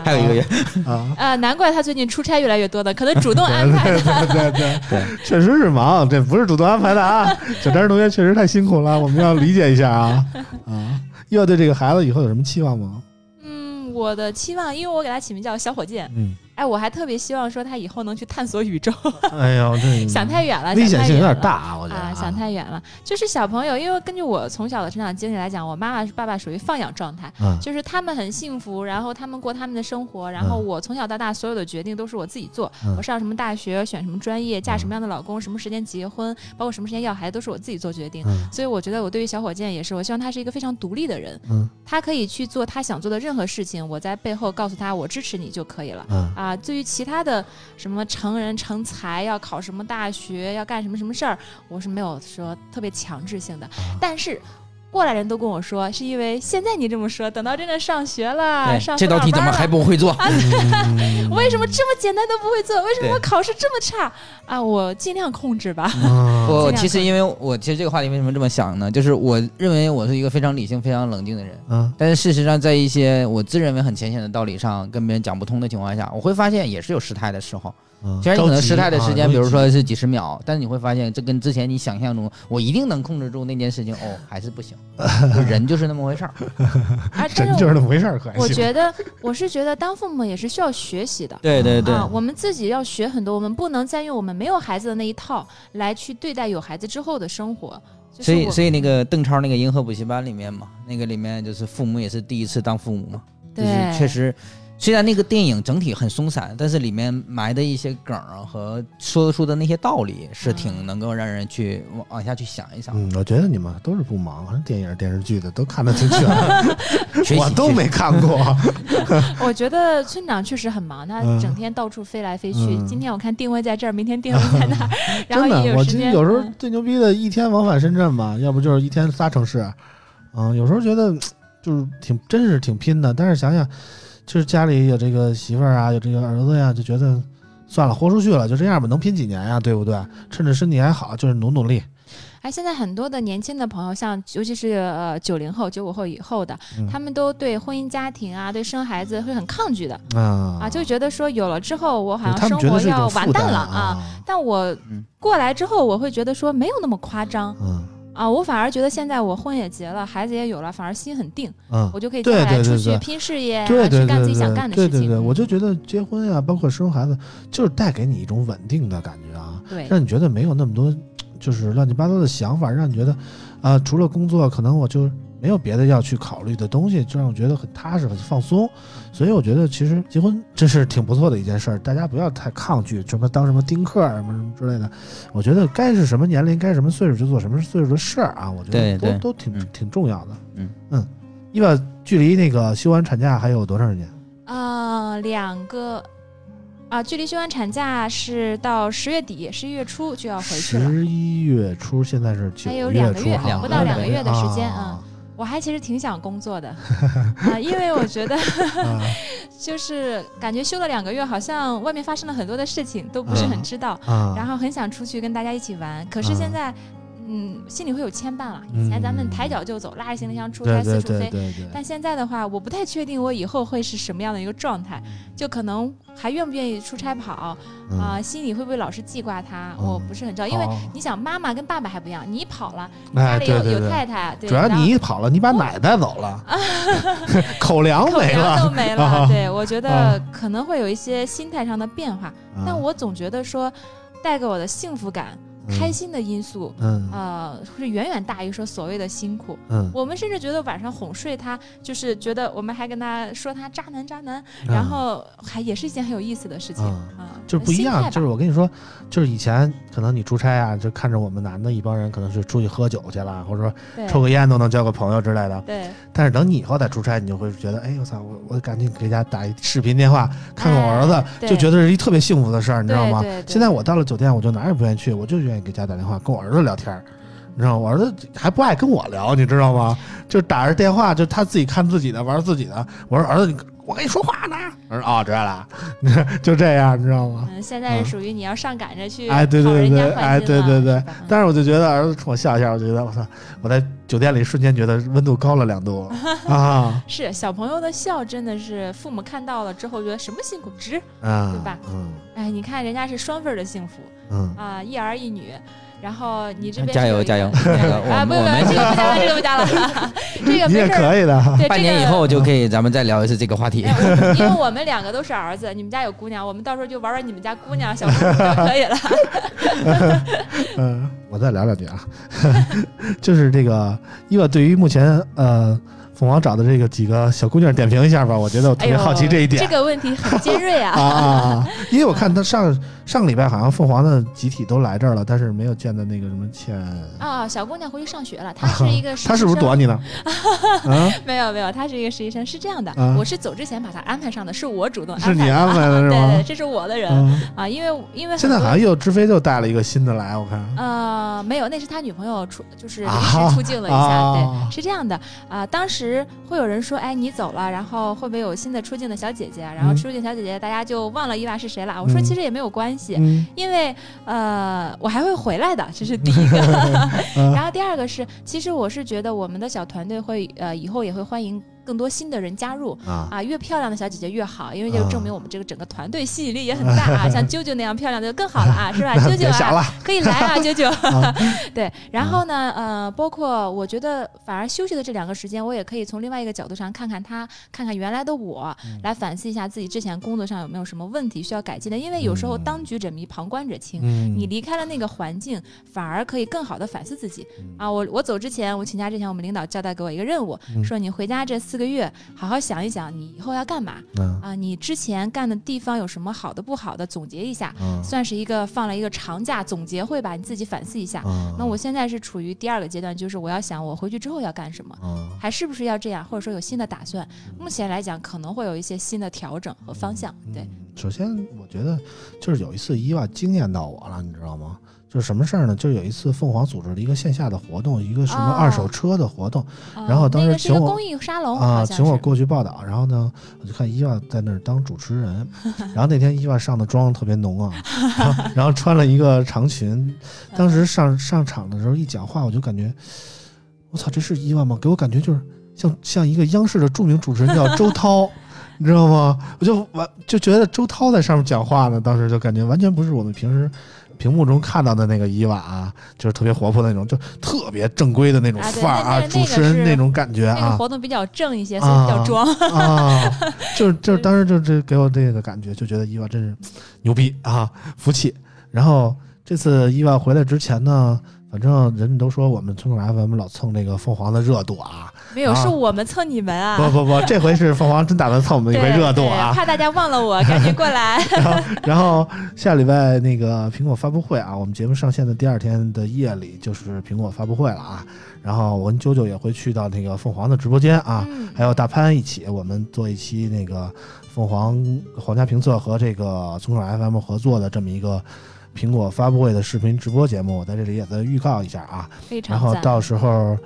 还有一个月，啊！啊，难怪他最近出差越来越多的，可能主动安 排的。对对对，确实是忙，这不是主动安排的啊。小张同学确实太辛苦了，我们要理解一下 啊啊！又对这个孩子以后有什么期望吗？嗯，我的期望，因为我给他起名叫小火箭，嗯，哎，我还特别希望说他以后能去探索宇宙，哎呦，这 想太远了，危险性有想太远点了大啊，我觉得啊，想太远了。就是小朋友，因为根据我从小的成长经历来讲，我妈妈是爸爸属于放养状态，嗯就是他们很幸福，然后他们过他们的生活，然后嗯我从小到大所有的决定都是我自己做，嗯我上什么大学，选什么专业，嫁什么样的老公，什么时间结婚，包括什么时间要孩子，都是我自己做决定。嗯所以我觉得我对于小火箭也是，我希望他是一个非常独立的人，嗯他可以去做他想做的任何事情，我在背后告诉他我支持你就可以了。嗯啊，至于其他的什么成人成才要考什么大学，要干什么什么事儿，我是没有说特别强制性的。啊但是过来人都跟我说，是因为现在你这么说，等到真的上学了，啊上哎这辅导道题怎么班了还啊不会 做？为什么这么简单都不会做？为什么对我考试这么差啊？我尽量控制吧。嗯我尽量其实控因为我其实这个话题为什么这么想呢？就是我认为我是一个非常理性、非常冷静的人，嗯但是事实上，在一些我自认为很浅显的道理上跟别人讲不通的情况下，我会发现也是有失态的时候。嗯，虽然你可能着急失态的时啊间，着比如急说是几十秒，但是你会发现这跟之前你想象中我一定能控制住那件事情，哦，还是 不行。就人就是那么回事儿。啊，但真是就是我那么回事儿，可还我行。觉得，我是觉得当父母也是需要学 习的。对对啊，我们自己要学很多，我们不能再用我们没有孩子的那一套来去对待有孩子之后的生活。就是所以我所以那个邓超那个《银河补习班》里面嘛，那个里面就是父母也是第一次当父母嘛，就是对确实。虽然那个电影整体很松散，但是里面埋的一些梗儿啊和说出的那些道理是挺嗯能够让人去往往下去想一想。嗯，我觉得你们都是不忙，反正电影、电视剧的都看得挺全 的学，习我都没看过。 我觉得村长确实很忙，他嗯整天到处飞来飞去。嗯今天我看定位在这儿，明天定位在 那儿，然后真也的，我时今间。有时候嗯最牛逼的一天往返深圳吧，要不就是一天仨城市，嗯，有时候觉得嘖就是挺真是挺拼的，但是想想就是家里有这个媳妇儿啊，有这个儿子呀、就觉得算了，豁出去了，就这样吧，能拼几年呀、对不对？趁着身体还好，就是努努力。哎，现在很多的年轻的朋友，像尤其是呃九零后、九五后以后的，嗯他们都对婚姻家庭啊、对生孩子会很抗拒的啊啊，就觉得说有了之后，我好对他像们觉生得活是一要种完负担蛋了啊。啊。但我嗯过来之后，我会觉得说没有那么夸张嗯啊，我反而觉得现在我婚也结了，孩子也有了，反而心很定，嗯，我就可以接对下来对对出去对拼事业，啊对对对去干自对己想干的事对对情。嗯对，我就觉得结婚呀、包括生孩子，就是带给你一种稳定的感觉啊，哎对让你觉得没有那么多就是乱七八糟的想法，让你觉得啊、除了工作，可能我就没有别的要去考虑的东西，就让我觉得很踏实、很放松。所以我觉得其实结婚真是挺不错的一件事儿，大家不要太抗拒什么当什么丁克儿什么什么之类的。我觉得该是什么年龄，该什么岁数就做什么岁数的事儿啊，我觉得都对对都挺、嗯挺重要的。嗯嗯，一般距离那个休完产假还有多长时间？啊，两个啊，距离休完产假是到十月底、十一月初就要回去了。十一月初，现在是九还有月两个初月哈，两不个到月两个月的时间啊啊，我还其实挺想工作的啊，因为我觉得 啊就是感觉休了两个月，好像外面发生了很多的事情，都不是嗯很知道。啊！然后很想出去跟大家一起玩，可是现在，嗯，心里会有牵绊了。以前咱们抬脚就走，拉着行李箱出嗯对差对四处对飞，对对，但现在的话，我不太确定我以后会是什么样的一个状态，就可能还愿不愿意出差跑啊、嗯心里会不会老是记挂他？嗯我不是很知道，因为哦你想，妈妈跟爸爸还不一样，你跑了，家哎，里对有对有对，太太，对，主要然后你一跑了，你把奶带走 了，口粮口没粮都了。没啊 了。对，我觉得啊可能会有一些心态上的变化，嗯但我总觉得说，带给我的幸福感、开心的因素，嗯嗯呃，是远远大于说所谓的辛苦。嗯，我们甚至觉得晚上哄睡他，就是觉得我们还跟他说他渣男渣男，然后还也是一件很有意思的事情啊啊，嗯就是不一样，心态吧就是我跟你说，就是以前可能你出差啊，就看着我们男的一帮人可能是出去喝酒去了，或者说对抽个烟都能交个朋友之类的。对但是等你以后再出差，你就会觉得，哎，我操，我我赶紧给家打一视频电话，看看我儿子，哎对就觉得是一特别幸福的事儿，你知道吗对对？对现在我到了酒店，我就哪儿也不愿意去，我就愿意给家打电话，跟我儿子聊天儿。你知道吗？我儿子还不爱跟我聊，你知道吗？就打着电话，就他自己看自己的，玩自己的。我说儿子，你我跟你说话呢。我说哦，知道了， 就这样，你知道吗？嗯，现在嗯是属于你要上赶着去哎对对讨人家对欢哎心对了对对是吧但是我就觉得儿子冲我笑一下，我觉得我操，我在酒店里瞬间觉得温度高了两 度啊嗯是小朋友的笑真的是父母看到了之后觉得什么辛苦值，啊，对吧嗯哎，你看人家是双份儿的幸福嗯，啊，一儿一女。然后你这边加是有油一加个油！ 对 那个啊，我不们不我们，这个不加了，这个不加 了，这个你没也事儿。可以的哈。对，半这年以个后就可以，咱们再聊一次这 个话题。哎我因为我们两个都是儿子，你们家有姑娘，我们到时候就玩玩你们家姑娘小姑娘就可以 了。嗯，我再聊两句啊， 就是这个伊娃对于目前呃凤凰找的这个几个小姑娘点评一下吧，我觉得我特哎别呦，好奇这一点。这个问题 很尖锐啊啊。啊啊！因为我看他上上个礼拜好像凤凰的集体都来这儿了，但是没有见到那个什么倩，啊、小姑娘回去上学了，她是 一个实啊习生。他是不是躲你 呢？啊，没有没有，她是一个实习生。是这样的，啊我是走之前把她安排上的，是我主动安排是的。你安排的是对对，吗？这是我的人、嗯啊，因为因为现在很多好像又知飞又带了一个新的来，我看。呃，没有，那是他女朋友出，就是临啊时出境了一下。啊对，是这样的啊、当时会有人说，哎，你走了，然后会不会有新的出境的小姐姐？然后嗯出境小姐姐，大家就忘了伊娃是谁了。我说嗯其实也没有关系，嗯因为呃，我还会回来的，这是第 一个。 嗯然后第二个是，其实我是觉得我们的小团队会呃，以后也会欢迎更多新的人加入。啊，啊，越漂亮的小姐姐越好，因为就证明啊我们这个整个团队吸引力也很大啊。像啾啾那样漂亮的就更好了啊， 是吧？啾啾别啊想，了，可以来啊，啾啾 啊。 对，然后呢，呃，包括我觉得，反而休息的这两个时间，我也可以从另外一个角度上看看他，看看原来的我，嗯来反思一下自己之前工作上有没有什么问题需要改进的。因为有时候嗯当局者迷，旁观者清。嗯，你离开了那个环境，反而可以更好的反思自己嗯啊！我我走之前，我请假之前，我们领导交代给我一个任务，嗯说你回家这四个月，好好想一想你以后要干嘛嗯啊！你之前干的地方有什么好的不好的，总结一下，嗯算是一个放了一个长假总结会吧，你自己反思一下。嗯那我现在是处于第二个阶段，就是我要想我回去之后要干什么，嗯还是不是要这样，或者说有新的打算。目前来讲，可能会有一些新的调整和方向。对，嗯首先我觉得就是有一次伊娃惊艳到我了，你知道吗？就是什么事儿呢？就是有一次凤凰组织了一个线下的活动，一个什么哦二手车的活动啊嗯然后当时那个是一个请我公益沙龙，啊、好像请我是过去报道。然后呢，我就看伊娃在那儿当主持人，然后那天伊娃上的妆特别浓 啊，然后然后穿了一个长嗯裙。当时上上场的时候一讲话，我就感觉，我操，这是伊娃吗？给我感觉就是像像一个央视的著名主持人叫周 涛。你知道吗？我就完就觉得周涛在上面讲话呢，当时就感觉完全不是我们平时屏幕中看到的那个伊娃啊，就是特别活泼的那种，就特别正规的那种啊对范儿啊，那那主那个持人是那种感觉那啊个。活动比较正一些，所以比较啊装。啊，就是嗯就是当时就这给我这个感觉，就觉得伊娃真是牛逼啊，服气。然后这次伊娃回来之前呢，反正人们都说我们村口 FM 老蹭这个凤凰的热度啊，没有，啊是我们蹭你们啊。不不不，这回是凤凰真打算蹭我们一对回热度对啊。怕大家忘了我，赶紧过来。然后然后下礼拜那个苹果发布会啊，我们节目上线的第二天的夜里就是苹果发布会了啊。然后我跟啾啾也会去到那个凤凰的直播间啊。嗯还有大潘一起，我们做一期那个凤凰皇家评测和这个村口 FM 合作的这么一个苹果发布会的视频直播节目，我在这里也再预告一下啊。非常然后赞到时候，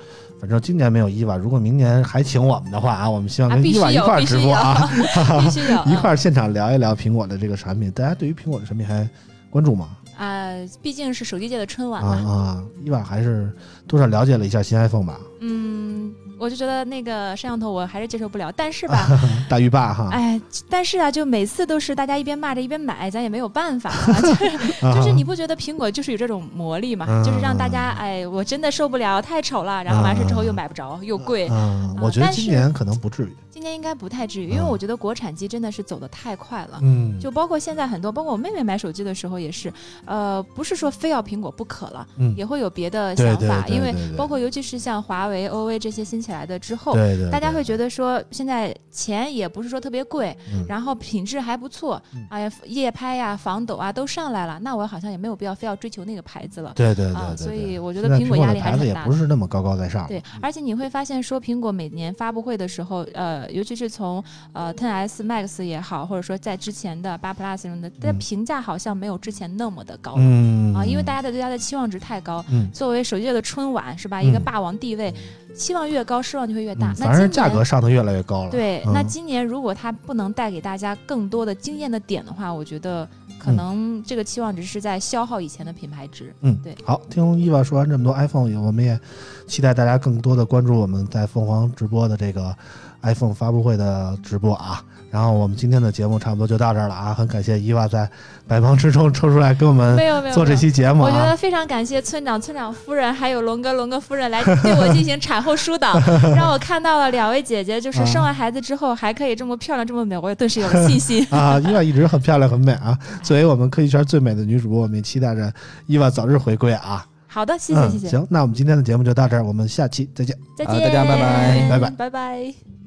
反正今年没有伊娃，如果明年还请我们的话啊，我们希望啊跟必伊须娃一有块儿必直须播啊， 必须有 一块儿现场聊一聊苹果的这个产品。大家对于苹果的产品还关注吗？啊，毕竟是手机界的春晚啊嘛。啊，伊娃还是多少了解了一下新 iPhone 吧。嗯，我就觉得那个摄像头我还是接受不了。但是吧， 大浴霸哈，哎，但是啊，就每次都是大家一边骂着一边买，咱也没有办 法啊。就是啊就是你不觉得苹果就是有这种魔力嘛？嗯就是让大家哎，我真的受不了，太丑了，然后完事之后又买不着，又贵。嗯，我觉得但今是啊年可能不至于，今年应该不太至于，因为嗯我觉得国产机真的是走得太快了。嗯，就包括现在很多，包括我妹妹买手机的时候也是，呃，不是说非要苹果不可了，嗯也会有别的对想对法，对因为对对包括尤其是像华为、OV 这些新起来的之后，对对，大家对嗯会觉得说现在钱也不是说特别贵，然后品质还不错，哎呀，夜拍呀、防抖啊都上来了，那我好像也没有必要非要追求那个牌子了。对对对啊对，所对以我觉现得在苹果压的力还牌是子很也大不的。是那么高高在上了，对，而且你会发现，说苹果每年发布会的时候，呃，尤其是从呃 Ten S Max 也好，或者说在之前的八 Plus 什么的，它嗯评价好像没有之前那么的高了、嗯啊，因为大家的对它的期望值太高。嗯作为手机界的春晚是吧，一个嗯霸王地位，期望越高，失望就会越大。嗯那反正今价年格上的越来越高了，对，嗯那今年如果它不能带给大家更多的惊艳的点的话，我觉得可能这个期望值是在消耗以前的品牌值。嗯，对好，听伊娃说完这么多 iPhone 以后，我们也期待大家更多的关注我们在凤凰直播的这个 iPhone 发布会的直播啊。然后我们今天的节目差不多就到这儿了啊，很感谢伊娃在百忙之中抽出来跟我们没有没有，嗯做这期节目没有。我觉啊。得。非常感谢村长、村长夫人，还有龙哥、龙哥夫人来对我进行产后疏导，让我看到了两位姐姐，就是生完孩子之后还可以这么漂亮、这么美，我也顿时有了信心啊，伊娃一直很漂亮很美啊，作为我们科技圈最美的女主播，我们也期待着伊娃早日回归啊。好的，谢谢谢嗯。谢，行，那我们今天的节目就到这儿，我们下期再见。再好见，大家拜拜拜拜拜拜。